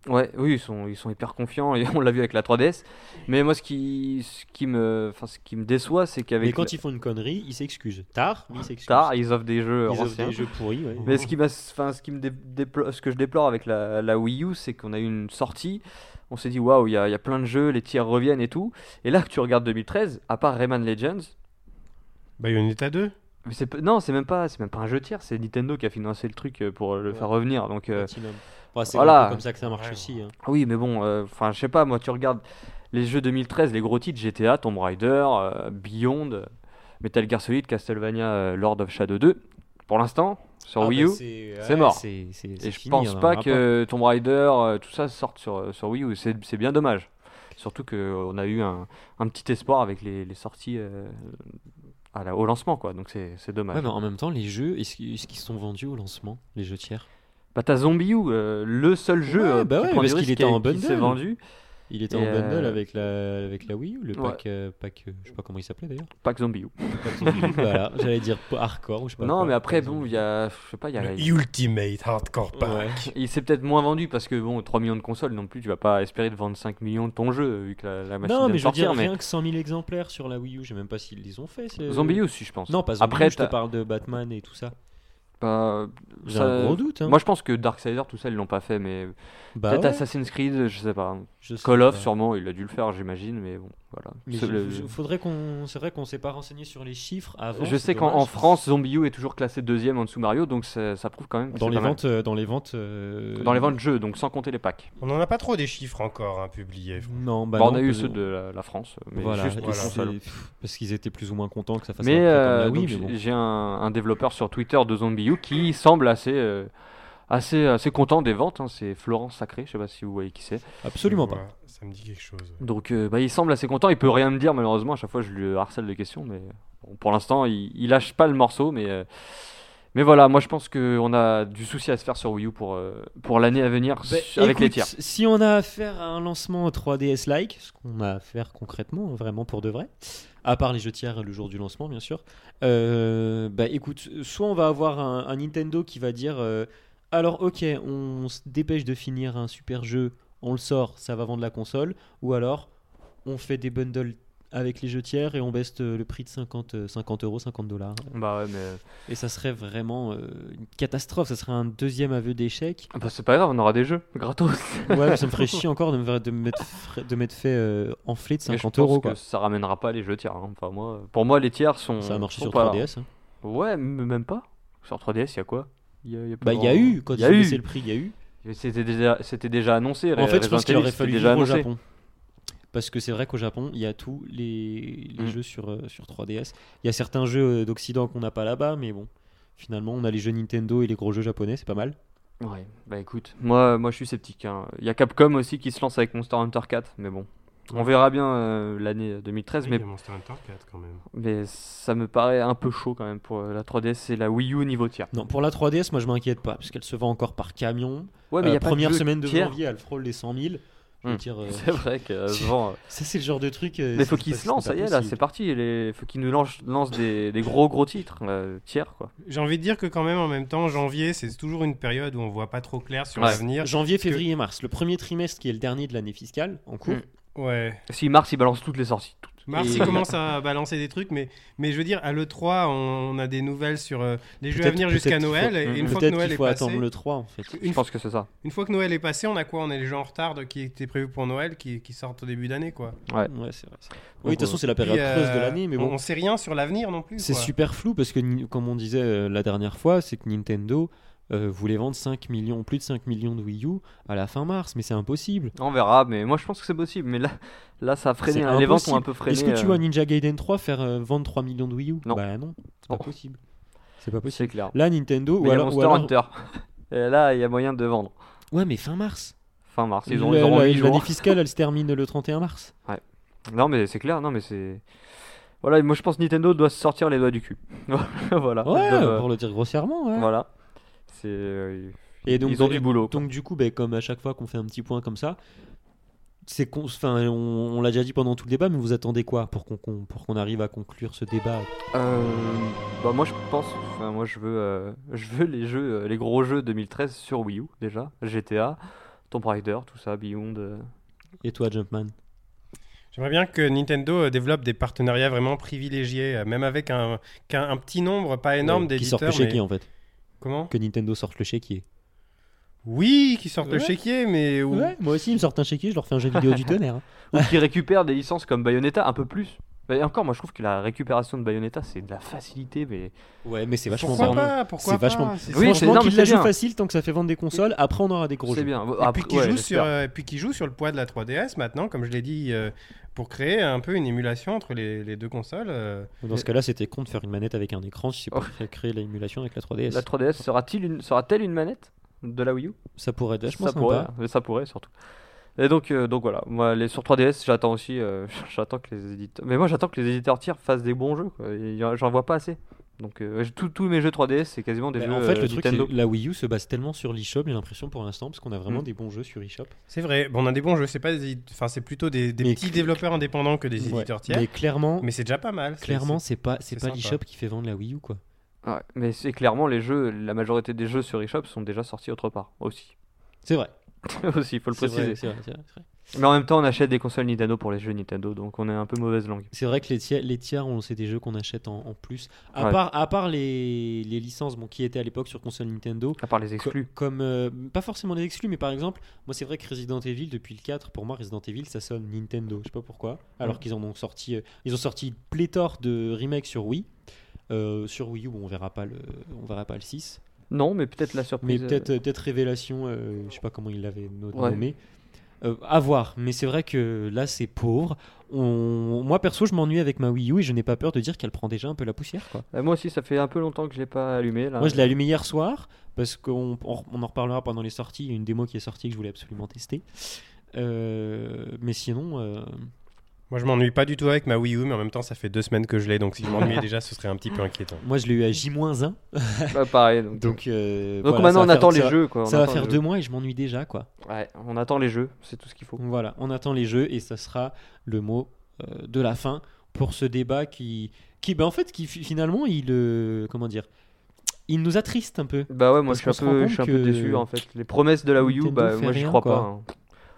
A: Ouais, oui, ils sont, ils sont hyper confiants et on l'a vu avec la 3DS. Mais moi, ce qui, ce qui me, enfin, ce qui me déçoit, c'est
B: Mais
A: qu'avec
B: quand ils font une connerie, ils s'excusent. Tard, mais ils s'excusent.
A: Star, ils offrent des
B: ils
A: jeux
B: offrent
A: anciens.
B: des jeux pourris. ouais.
A: Mais ce qui, m'a- enfin, ce qui me dé- déplo- ce que je déplore avec la, la Wii U, c'est qu'on a eu une sortie. On s'est dit waouh, il y, a- il y a plein de jeux, les tiers reviennent et tout. Et là, que tu regardes 2013, à part Rayman Legends,
D: Bayonetta 2
A: mais c'est p- non, c'est même pas, c'est même pas un jeu tiers. C'est Nintendo qui a financé le truc euh, pour le
B: Ouais.
A: faire revenir. Donc euh,
B: Platinum. Enfin, c'est
A: voilà.
B: un peu comme ça que ça marche
D: Ouais.
B: aussi. hein.
A: Ah Oui, mais bon, euh, enfin, je sais pas, moi, tu regardes les jeux 2013, les gros titres GTA, Tomb Raider, euh, Beyond, euh, Metal Gear Solid, Castlevania, euh, Lord of Shadow 2. Pour l'instant, sur
B: Ah,
A: Wii
B: bah,
A: U.
B: c'est
A: c'est
B: ouais,
A: mort.
B: c'est- c'est-
A: et
B: c'est
A: je
B: fini,
A: pense
B: hein, on
A: pas
B: aura
A: que Tomb Raider, euh, tout ça sorte sur, sur Wii U. C'est c'est bien dommage. Surtout qu'on a eu un, un petit espoir avec les, les sorties euh, à la- au lancement, quoi. Donc c'est c'est dommage.
B: Ouais, mais en même temps, les jeux, est-ce qu'ils est-ce qu'ils sont vendus au lancement, les jeux tiers
A: Bah, t'as Zombie U, euh, le seul jeu
B: Ouais,
A: euh,
B: bah
A: qui
B: ouais,
A: prend du
B: parce qu'il
A: risque
B: était
A: et
B: en
A: qui s'est
B: bundle.
A: vendu.
B: Il était
A: Et
B: en bundle
A: euh,
B: avec, la, avec la Wii ou le
A: Ouais.
B: pack, euh, pack euh, je sais pas comment il s'appelait d'ailleurs.
A: Pas que Zombie U.
B: voilà, j'allais dire p- hardcore ou je sais pas.
A: non,
B: quoi,
A: mais après,
B: par exemple.
A: bon, il y a. Je sais pas, il y a. il y a-
D: Le Ultimate Hardcore Pack.
B: Ouais.
A: Il s'est peut-être moins vendu parce que bon, 3 millions de consoles non plus, tu vas pas espérer de vendre 5 millions de ton jeu vu que la, la machine
B: Non,
A: vient
B: mais
A: de
B: je veux
A: sortir.
B: dire,
A: mais
B: rien que 100 000 exemplaires sur la Wii U, je sais même pas s'ils les ont fait. c'est- euh,
A: Zombie U aussi, je pense.
B: Non, pas Zombie
A: Après,
B: U, je te
A: t'as-
B: parle de Batman et tout ça.
A: Bah,
B: J'ai
A: ça-
B: un gros doute. Hein.
A: Moi, je pense que Darksider, tout ça, ils l'ont pas fait, mais
B: Bah
A: peut-être
B: ouais,
A: Assassin's Creed, je sais pas.
B: je sais
A: Call of,
B: pas.
A: sûrement, il a dû le faire, j'imagine, mais bon, voilà.
B: Mais
A: C'est
B: je-
A: le-
B: je- faudrait qu'on. C'est vrai qu'on s'est pas renseigné sur les chiffres avant.
A: Je
B: c'est
A: sais qu'en
B: dommage.
A: en France, Zombie U est toujours classé deuxième en dessous Mario, donc ça, ça prouve quand même que
B: Dans
A: c'est
B: les,
A: pas mal.
B: ventes, euh, dans les ventes. euh,
A: Dans les ventes de jeux, donc sans compter les packs.
D: On n'en a pas trop des chiffres encore hein, publiés.
B: Non, bah
A: Bah, on
B: non,
A: a eu
B: parce-
A: ceux de la, la France, euh, mais
B: voilà,
A: juste les
B: et
D: voilà.
A: consoles.
B: c'est- pff, parce qu'ils étaient plus ou moins contents que ça fasse un
A: Mais,
B: prix comme
A: euh,
B: la Wii,
A: donc,
B: mais bon.
A: j'ai un, un développeur sur Twitter de Zombie U qui semble assez, euh, assez, assez content des ventes. hein. C'est Florent Sacré, je sais pas si vous voyez qui c'est.
B: absolument
D: Je
B: pas.
D: vois, Ça me dit quelque chose. ouais.
A: Donc euh, bah, il semble assez content. Il peut rien me dire malheureusement. À chaque fois, je lui harcèle de questions, mais bon, pour l'instant, il, il lâche pas le morceau. Mais euh, mais voilà, moi je pense qu'on a du souci à se faire sur Wii U pour euh, pour l'année à venir
B: Bah,
A: su- avec les
B: écoute,
A: tiers.
B: Si on a affaire à un lancement 3DS-like, ce qu'on a à faire concrètement, vraiment pour de vrai, à part les jeux tiers le jour du lancement, bien sûr, euh, bah écoute, soit on va avoir un, un Nintendo qui va dire euh, alors ok, on se dépêche de finir un super jeu, on le sort, ça va vendre la console, ou alors on fait des bundles avec les jeux tiers et on baisse euh, le prix de 50, euh, 50 euros, 50 dollars.
A: Bah ouais, mais
B: Et ça serait vraiment euh, une catastrophe, ça serait un deuxième aveu d'échec.
A: Ah, bah, c'est pas grave, on aura des jeux gratos.
B: Ouais, mais ça me ferait chier encore de me, faire- de me mettre, fra- de m'être fait euh, enfler de
A: Mais je
B: 50
A: pense
B: euros.
A: que
B: Quoi.
A: ça ramènera pas les jeux tiers. hein. Enfin moi, pour moi les tiers sont
B: Ça a marché
A: sont
B: sur
A: pas là.
B: 3DS. hein.
A: Ouais, m- même pas. Sur 3DS, il y a quoi Il y a, pas
B: Bah, il y a
A: grand-
B: eu, quand
A: Il
B: ils
A: y a
B: ont baissé
A: eu.
B: le prix, il y a eu.
A: C'était déjà, c'était déjà annoncé.
B: En fait, je
A: Resident
B: pense qu'il
A: Evil,
B: aurait
A: c'était
B: fallu
A: déjà
B: vivre au
A: annoncé.
B: Japon. Parce que c'est vrai qu'au Japon, il y a tous les, les
A: Mm.
B: jeux sur, euh, sur 3DS. Il y a certains jeux euh, d'Occident qu'on n'a pas là-bas, mais bon. Finalement, on a les jeux Nintendo et les gros jeux japonais, c'est pas mal.
A: Ouais, bah écoute, moi, moi je suis sceptique. hein. Il y a Capcom aussi qui se lance avec Monster Hunter 4, mais bon. On verra bien euh, l'année 2013,
D: Oui,
A: mais,
D: il y a Monster Hunter 4 quand même.
A: mais ça me paraît un peu chaud quand même pour euh, la 3DS et la Wii U niveau tiers.
B: Non, pour la 3DS, moi je m'inquiète pas, parce qu'elle se vend encore par camion.
A: Ouais, mais il
B: Euh,
A: y a pas
B: première
A: de jeu
B: semaine de
A: tiers.
B: janvier, elle frôle les 100 000. Je veux
A: Hmm.
B: dire, euh,
A: C'est vrai que souvent, euh,
B: ça, c'est le genre de truc. euh,
A: Mais
B: ça,
A: faut
B: c'est
A: qu'ils
B: pas-
A: se lancent,
B: c'est
A: ça
B: pas
A: y est, là,
B: possible.
A: c'est parti. Il faut qu'ils nous lancent, lancent des, des gros gros titres euh, tiers, quoi.
D: J'ai envie de dire que quand même en même temps janvier c'est toujours une période où on voit pas trop clair sur
A: Ouais.
D: l'avenir.
B: Janvier,
D: que-
B: février, mars. Le premier trimestre qui est le dernier de l'année fiscale en cours.
A: Hmm.
D: Ouais.
A: Si Mars, il balance toutes les sorties. toutes.
D: Mars
A: Et-
D: il commence à balancer des trucs mais mais je veux dire à le 3 on a des nouvelles sur euh, les jeux à
B: Peut-être-
D: venir jusqu'à
B: peut-être qu'il
D: Noël
B: faut- Mm,
D: et une
B: Peut-être
D: fois que Noël
B: qu'il
D: est
B: faut
D: passé
B: attendre le 3 en fait.
A: Je
D: une,
A: pense que c'est ça.
D: une fois que Noël est passé on a quoi On a les gens en retard de- qui étaient prévus pour Noël qui, qui sortent au début d'année quoi.
A: Ouais.
B: Ouais, c'est vrai. c'est vrai. Oui, de toute
A: euh,
B: façon, c'est la période
D: Puis, euh,
B: creuse de l'année, mais
D: on-
B: bon.
D: On sait rien sur l'avenir non plus.
B: C'est
D: quoi.
B: super flou parce que, ni- comme on disait euh, la dernière fois, c'est que Nintendo euh, voulait vendre 5 millions, plus de 5 millions de Wii U à la fin mars, mais c'est impossible.
A: On verra, mais moi je pense que c'est possible. Mais là, là ça a freiné.
B: C'est
A: hein. Les ventes ont
B: impossible.
A: un peu freiné.
B: Est-ce que tu
A: euh,
B: vois Ninja Gaiden 3 faire euh, vendre 3 millions de Wii U
A: Non.
B: Bah non, c'est pas
A: Oh.
B: possible. C'est pas possible.
A: C'est clair.
B: Là, Nintendo,
A: Mais
B: ou
A: il y a
B: alors, ou
A: Monster
B: alors-
A: Hunter. Et là, il y a moyen de vendre.
B: Ouais, mais fin mars.
A: Fin mars, ils, ont,
B: Le-
A: ils auront
B: la-
A: 8
B: L'année
A: jours.
B: fiscale, elle se termine le 31 mars.
A: Non, mais c'est clair, non, mais c'est. Voilà, moi je pense que Nintendo doit se sortir les doigts du cul. voilà.
B: Ouais,
A: Ils doivent, euh,
B: pour le dire grossièrement. ouais.
A: Voilà. C'est. euh,
B: Et donc, bah,
A: ils ont du boulot. quoi.
B: Donc du coup, ben, comme à chaque fois qu'on fait un petit point comme ça, c'est qu'on, enfin, on, on l'a déjà dit pendant tout le débat, mais vous attendez quoi pour qu'on, qu'on- pour qu'on arrive à conclure ce débat
A: Euh, bah moi je pense, enfin moi je veux, euh, je veux les jeux, euh, les gros jeux 2013 sur Wii U déjà, GTA, Tomb Raider, tout ça, Beyond. euh.
B: Et toi, Jumpman
D: J'aimerais bien que Nintendo euh, développe des partenariats vraiment privilégiés, euh, même avec un, qu'un- un petit nombre, pas énorme,
B: Ouais, Euh, Qui
D: d'éditeurs.
B: sortent le
D: mais-
B: chéquier hein. en fait.
D: Comment
B: Que Nintendo sorte le chéquier.
D: Oui, qui sortent le
B: Ouais.
D: chéquier, mais où-
B: Ouais, moi aussi, ils me sortent un chéquier, je leur fais un jeu vidéo du tonnerre. hein.
A: Ou qui récupèrent des licences comme Bayonetta un peu plus. Et encore, moi je trouve que la récupération de Bayonetta c'est de la facilité, mais
B: Ouais, mais c'est vachement
D: pourquoi
B: bon.
D: pas Pourquoi
B: C'est vachement-
D: pas
A: Oui, c'est- non,
B: Franchement,
A: mais
B: qu'ils la
A: c'est
B: jouent
A: bien.
B: facile tant que ça fait vendre des consoles, après on aura des gros
A: c'est
B: jeux.
A: bien.
D: Et puis, qui
A: ouais,
D: joue sur,
A: j'espère.
D: euh, et puis qui joue sur le poids de la 3DS maintenant, comme je l'ai dit, euh, pour créer un peu une émulation entre les, les deux consoles. euh.
B: Dans ce cas-là, c'était con de faire une manette avec un écran si c'est pour créer l'émulation avec la 3DS.
D: euh,
A: La 3DS sera-t-il une, sera-t-elle une manette de la Wii U
B: Ça pourrait être vachement
A: ça
B: sympa.
A: pourrait, hein. mais ça pourrait surtout. Et donc, euh, donc voilà, moi les, sur 3DS, j'attends aussi, euh, j'attends que les éditeurs, mais moi j'attends que les éditeurs tiers fassent des bons jeux. quoi. Il y en- J'en vois pas assez. Donc euh, j'ai- tous tous mes jeux 3DS, c'est quasiment des
B: Mais
A: jeux
B: Bah, en fait,
A: euh,
B: le truc, c'est
A: Nintendo.
B: que la Wii U se base tellement sur l'eShop, j'ai l'impression pour l'instant, parce qu'on a vraiment
A: Mm.
B: des bons jeux sur eShop.
D: C'est vrai, Bon, on a des bons jeux, c'est pas des édite- enfin, c'est plutôt des, des
B: Mais-
D: petits développeurs indépendants que des
B: Ouais.
D: éditeurs tiers,
B: Mais
D: mais,
B: clairement,
D: c'est déjà pas mal. c'est-
B: clairement, c'est pas,
D: c'est
B: c'est pas
D: sympa.
B: l'eShop qui fait vendre la Wii U quoi.
A: Ouais, mais c'est clairement les jeux, la majorité des jeux sur eShop sont déjà sortis autre part aussi.
B: C'est vrai.
A: aussi, faut le
B: C'est
A: préciser.
B: vrai, c'est vrai, c'est vrai, c'est vrai.
A: mais en même temps, on achète des consoles Nintendo pour les jeux Nintendo, donc on est un peu mauvaise langue.
B: C'est vrai que les tiers, les tiers, on sait des jeux qu'on achète en, en plus. À
A: Ouais.
B: part, à part les, les licences, bon, qui étaient à l'époque sur console Nintendo.
A: À part les
B: co-
A: exclus.
B: Comme euh, pas forcément les exclus, mais par exemple, moi c'est vrai que Resident Evil depuis le 4, pour moi Resident Evil ça sonne Nintendo, je sais pas pourquoi. Alors qu'ils en ont sorti, euh, ils ont sorti pléthore de remakes sur Wii, Euh, sur Wii U bon, on verra pas le, on verra pas le 6.
A: Non, mais peut-être la
B: Mais
A: surprise. euh,
B: peut-être peut-être Révélation, euh, je sais pas comment il l'avait no-
A: Ouais.
B: nommé. Euh, à voir, mais c'est vrai que là c'est pauvre. On- Moi perso, je m'ennuie avec ma Wii U et je n'ai pas peur de dire qu'elle prend déjà un peu la poussière. Quoi.
A: euh, moi aussi, ça fait un peu longtemps que je l'ai pas allumé là.
B: Moi je l'ai allumée hier soir parce qu'on on- on en reparlera pendant les sorties. Il y a une démo qui est sortie que je voulais absolument tester. Euh, mais sinon, euh,
D: Moi, je m'ennuie pas du tout avec ma Wii U, mais en même temps, ça fait deux semaines que je l'ai, donc si je m'ennuie déjà, ce serait un petit peu inquiétant.
B: moi je l'ai eu à J-1.
A: Ouais, pareil. Donc, donc,
B: Donc, euh, voilà,
A: maintenant,
B: ça
A: on
B: va
A: attend
B: faire- ça
A: les
B: va-
A: jeux. Quoi. on
B: Ça va
A: attend
B: faire
A: les
B: deux mois et je m'ennuie déjà. quoi.
A: Ouais, on attend les jeux, c'est tout ce qu'il faut.
B: Donc Voilà, on attend les jeux et ça sera le mot euh, de la fin pour ce débat qui, qui ben en fait, qui fi- finalement, il, euh, comment dire, il nous attriste un peu.
A: Bah ouais, moi je
B: Parce
A: suis, un
B: qu'on se rend
A: peu, je suis un
B: compte
A: peu
B: que
A: déçu en fait. Les promesses de la Wii U,
B: Nintendo
A: bah
B: fait
A: moi j'y
B: rien,
A: crois
B: quoi.
A: pas. hein.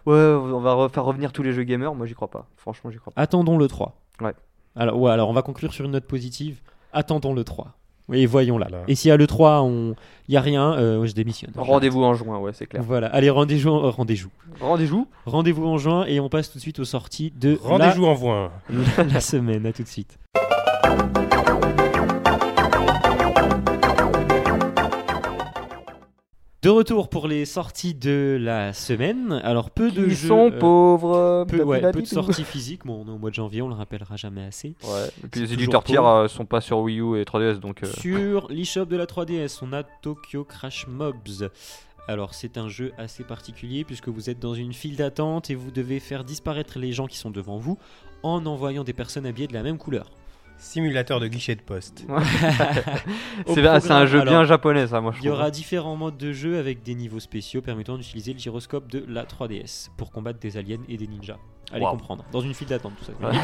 A: Ouais, on va refaire revenir tous les jeux gamers, moi j'y crois pas. Franchement, j'y crois pas.
B: Attendons le 3.
A: Ouais.
B: Alors, ouais, alors on va conclure sur une note positive. Attendons le 3. Et voyons là.
D: Voilà.
B: Et si à le 3, on, il y a rien, euh, je démissionne.
A: Rendez-vous en juin, ouais, c'est clair.
B: Voilà, allez, rendez-vous, euh, rendez-vous.
A: Rendez-vous
B: Rendez-vous en juin et on passe tout de suite aux sorties de la,
D: Rendez-vous en voie.
B: la semaine. À tout de suite. De retour pour les sorties de la semaine. Alors peu de
A: Ils
B: jeux,
A: sont
B: euh,
A: pauvres.
B: peu, ouais, peu de
A: blablabla.
B: sorties physiques. Bon, on est au mois de janvier, on le rappellera jamais assez.
A: Ouais. Et puis les
B: toujours
A: éditeurs tiers
B: pauvres.
A: euh, sont pas sur Wii U et 3DS donc. euh,
B: Sur l'eShop de la 3DS, on a Tokyo Crash Mobs. Alors c'est un jeu assez particulier puisque vous êtes dans une file d'attente et vous devez faire disparaître les gens qui sont devant vous en envoyant des personnes habillées de la même couleur.
D: Simulateur de guichet de poste.
B: Au
A: C'est bien- c'est un
B: programme,
A: jeu bien
B: alors,
A: japonais, ça, moi je
B: Il y
A: trouve.
B: aura différents modes de jeu avec des niveaux spéciaux permettant d'utiliser le gyroscope de la 3DS pour combattre des aliens et des ninjas. Allez
A: Wow.
B: comprendre. Dans une file d'attente, tout ça.
A: Ouais.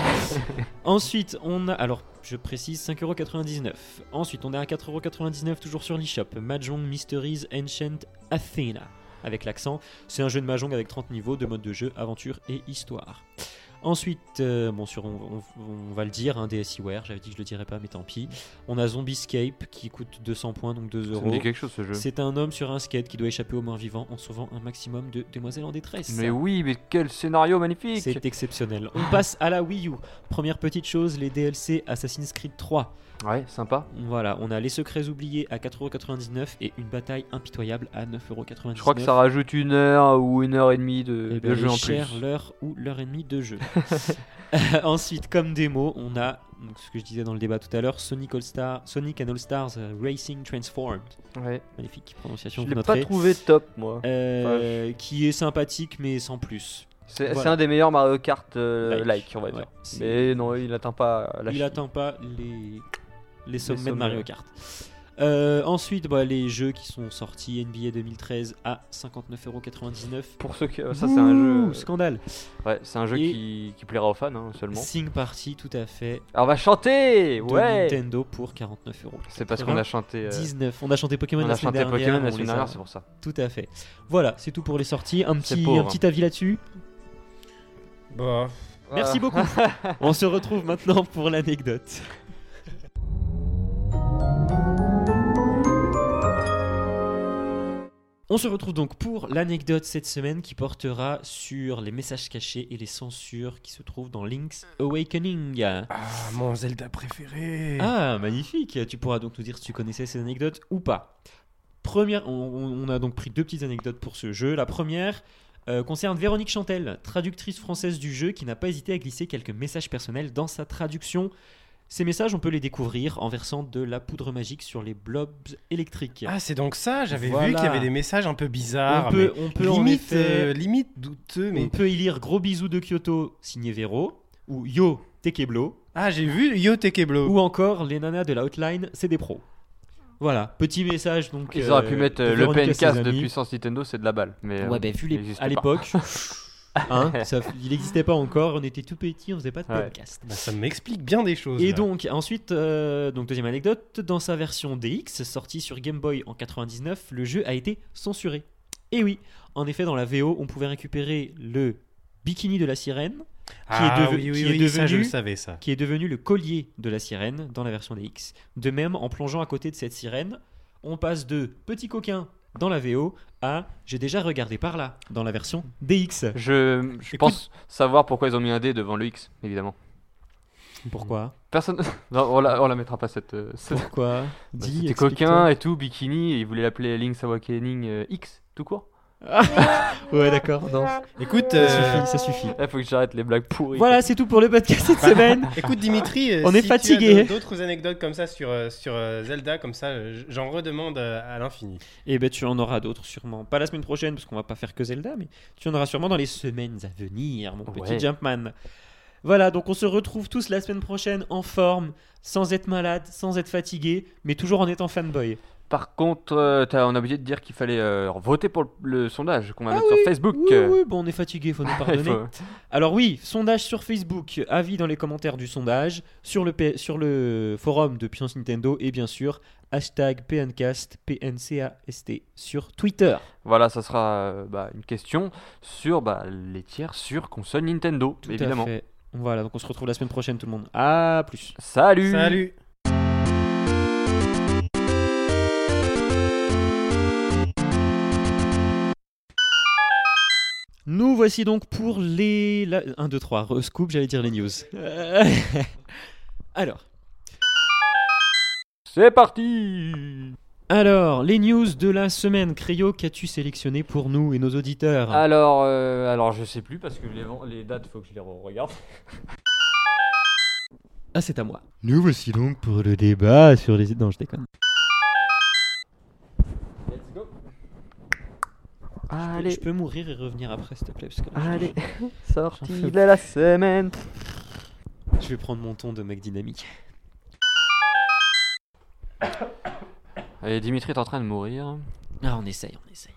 B: Ensuite, on a. Alors, je précise 5,99€. Ensuite, on est à 4,99€ toujours sur l'eShop. Mahjong Mysteries Ancient Athena. Avec l'accent, c'est un jeu de Mahjong avec 30 niveaux, de modes de jeu, aventure et histoire. Ensuite, euh, bon, sur, on, on- on va le dire, hein, un DSiWare, j'avais dit que je le dirais pas, mais tant pis. On a Zombiescape qui coûte 200 points, donc 2
A: Ça
B: euros.
A: me dit quelque chose ce jeu.
B: C'est un homme sur un skate qui doit échapper aux morts vivants en sauvant un maximum de demoiselles en détresse.
A: Mais oui, mais quel scénario magnifique
B: C'est exceptionnel. On passe à la Wii U. Première petite chose, les DLC Assassin's Creed 3.
A: Ouais, sympa.
B: Voilà, on a Les Secrets Oubliés à 4,99€ et Une Bataille Impitoyable à 9,99€.
A: Je crois que ça rajoute une heure ou une heure et demie
B: Eh
A: de,
B: ben,
A: de jeu
B: elle est
A: en
B: chère,
A: plus.
B: l'heure ou l'heure et demie de jeu. Euh, Ensuite, comme démo, on a donc, ce que je disais dans le débat tout à l'heure, Sonic, All Star, Sonic and All Stars euh, Racing Transformed.
A: Ouais.
B: Magnifique
A: Je
B: prononciation. vous
A: l'ai pas
B: noterez.
A: trouvé top, moi.
B: Euh, qui est sympathique mais sans plus.
A: C'est
B: voilà.
A: c'est un des meilleurs Mario Kart euh,
B: Like.
A: like, on va
B: Ouais,
A: dire.
B: c'est-
A: Mais non, il n'atteint pas Ah, la
B: il
A: cheville.
B: atteint pas les, les sommets de
A: sommets,
B: Mario
A: ouais.
B: Kart. Euh, ensuite, bah, les jeux qui sont sortis NBA 2013 à 59,99€.
A: Pour ceux qui. Ça, c'est un jeu.
B: Ouh, Scandale.
A: Ouais, c'est un jeu
B: Et-
A: qui, qui plaira aux fans hein, seulement.
B: Sing Party, tout à fait.
A: Alors, on va chanter
B: De
A: Ouais
B: Nintendo pour 49 euros.
A: C'est parce qu'on a chanté. euh,
B: 19. On a chanté Pokémon
A: on
B: la
A: a
B: semaine
A: chanté
B: dernière.
A: Pokémon
B: on
A: la semaine
B: les a-
A: dernière, c'est pour ça.
B: Tout à fait. Voilà, c'est tout pour les sorties. Un
A: C'est
B: petit, un
A: pauvre.
B: petit avis là-dessus.
D: Bah,
B: Merci beaucoup. on se retrouve maintenant pour l'anecdote. On se retrouve donc pour l'anecdote cette semaine qui portera sur les messages cachés et les censures qui se trouvent dans Link's Awakening.
D: ah, mon Zelda préféré.
B: Ah, magnifique Tu pourras donc nous dire si tu connaissais ces anecdotes ou pas. Première, on, on- on a donc pris deux petites anecdotes pour ce jeu. La première euh, concerne Véronique Chantel, traductrice française du jeu, qui n'a pas hésité à glisser quelques messages personnels dans sa traduction. Ces messages, on peut les découvrir en versant de la poudre magique sur les blobs électriques.
D: Ah, c'est donc ça. J'avais vu
B: Voilà.
D: qu'il y avait des messages un peu bizarres.
B: on peut, on
D: Ah, mais
B: peut en
D: limite,
B: effet-
D: euh, limite douteux. Mais
B: on peut y lire Gros bisous de Kyoto, signé Véro, ou Yo Tekeblo,
D: ah, j'ai vu Yo Tekeblo.
B: Ou encore, les nanas de la hotline, c'est des pros. Voilà, petit message donc.
A: Ils
B: euh,
A: auraient pu mettre
B: de
A: euh, le
B: Véronique à ses
A: PNCast de
B: amis.
A: puissance Nintendo, c'est de la balle. Mais,
B: Ouais,
A: euh,
B: bah, vu
A: il
B: les...
A: existe
B: à
A: pas.
B: l'époque, hein, ça- il n'existait pas encore, on était tout petits, on faisait pas de
A: Ouais.
B: podcast.
D: Bah, ça m'explique bien des choses.
B: Et
D: là.
B: donc, ensuite, euh, donc deuxième anecdote, dans sa version DX, sortie sur Game Boy en 99, le jeu a été censuré. Et oui, en effet, dans la VO, on pouvait récupérer le bikini de la sirène,
D: ah,
B: deve-
D: oui, oui,
B: qui est
D: oui, ça, je le
B: devenu-
D: savais ça.
B: qui est devenu le collier de la sirène dans la version DX. De même, en plongeant à côté de cette sirène, on passe de petit coquin dans la VO à j'ai déjà regardé par là dans la version DX.
A: Je, je
D: Écoute-
A: pense savoir pourquoi ils ont mis un D devant le X, évidemment.
B: Pourquoi
A: Personne. Non, on la, on la mettra pas cette. euh, cette-
B: Pourquoi
A: Bah,
B: Dis,
A: C'était
B: explique-toi.
A: coquin et tout, bikini, et ils voulaient l'appeler Link's Awakening euh, X, tout court.
B: Ouais, d'accord, non.
D: Écoute, euh,
B: Ça suffit, ça suffit.
A: Il Ah, faut que j'arrête les blagues pourries.
B: Voilà, c'est tout pour le podcast cette semaine.
D: Écoute Dimitri, euh,
B: On
D: si
B: est
D: tu as
B: fatigué.
D: de- d'autres anecdotes comme ça sur, euh, sur euh, Zelda, comme ça, euh, j'en redemande euh, à l'infini.
B: Et ben tu en auras d'autres sûrement. Pas la semaine prochaine parce qu'on va pas faire que Zelda, mais tu en auras sûrement dans les semaines à venir, mon petit
A: Ouais.
B: Jumpman. Voilà, donc on se retrouve tous la semaine prochaine en forme, sans être malade, sans être fatigué, mais toujours en étant fanboy.
A: Par contre, euh, t'as- on a oublié de dire qu'il fallait euh, voter pour le, le sondage qu'on va
B: Ah
A: mettre sur Facebook.
B: Oui,
A: euh.
B: oui, bon, on est fatigué, faut nous
A: Il
B: pardonner.
A: faut-
B: Alors oui, sondage sur Facebook, avis dans les commentaires du sondage, sur le, P- sur le forum de Puissance Nintendo et bien sûr, hashtag PNCast, PNCAST sur Twitter.
A: Voilà, ça sera euh, bah, une question sur bah, les tiers sur console Nintendo,
B: Tout
A: évidemment.
B: à fait. Voilà, donc on se retrouve la semaine prochaine tout le monde. À plus.
A: Salut
D: Salut
B: Nous voici donc pour les... 1, 2, 3, scoop, j'allais dire les news. Euh, alors,
A: C'est parti
B: alors, les news de la semaine. Cryo, qu'as-tu sélectionné pour nous et nos auditeurs
A: Alors, euh, alors, je sais plus parce que les, les dates, faut que je les regarde.
B: Ah, c'est à moi.
E: Nous voici donc pour le débat sur les... Non, je déconne.
A: Let's go
B: Je-
A: Allez,
B: Je peux mourir et revenir après, s'il te plaît. Parce que là,
A: allez,
B: J'en
A: sortie
B: fais-
A: de la semaine
B: je vais prendre mon ton de mec dynamique.
F: Et Dimitri est en train de mourir.
A: Ah, on essaye, on essaye.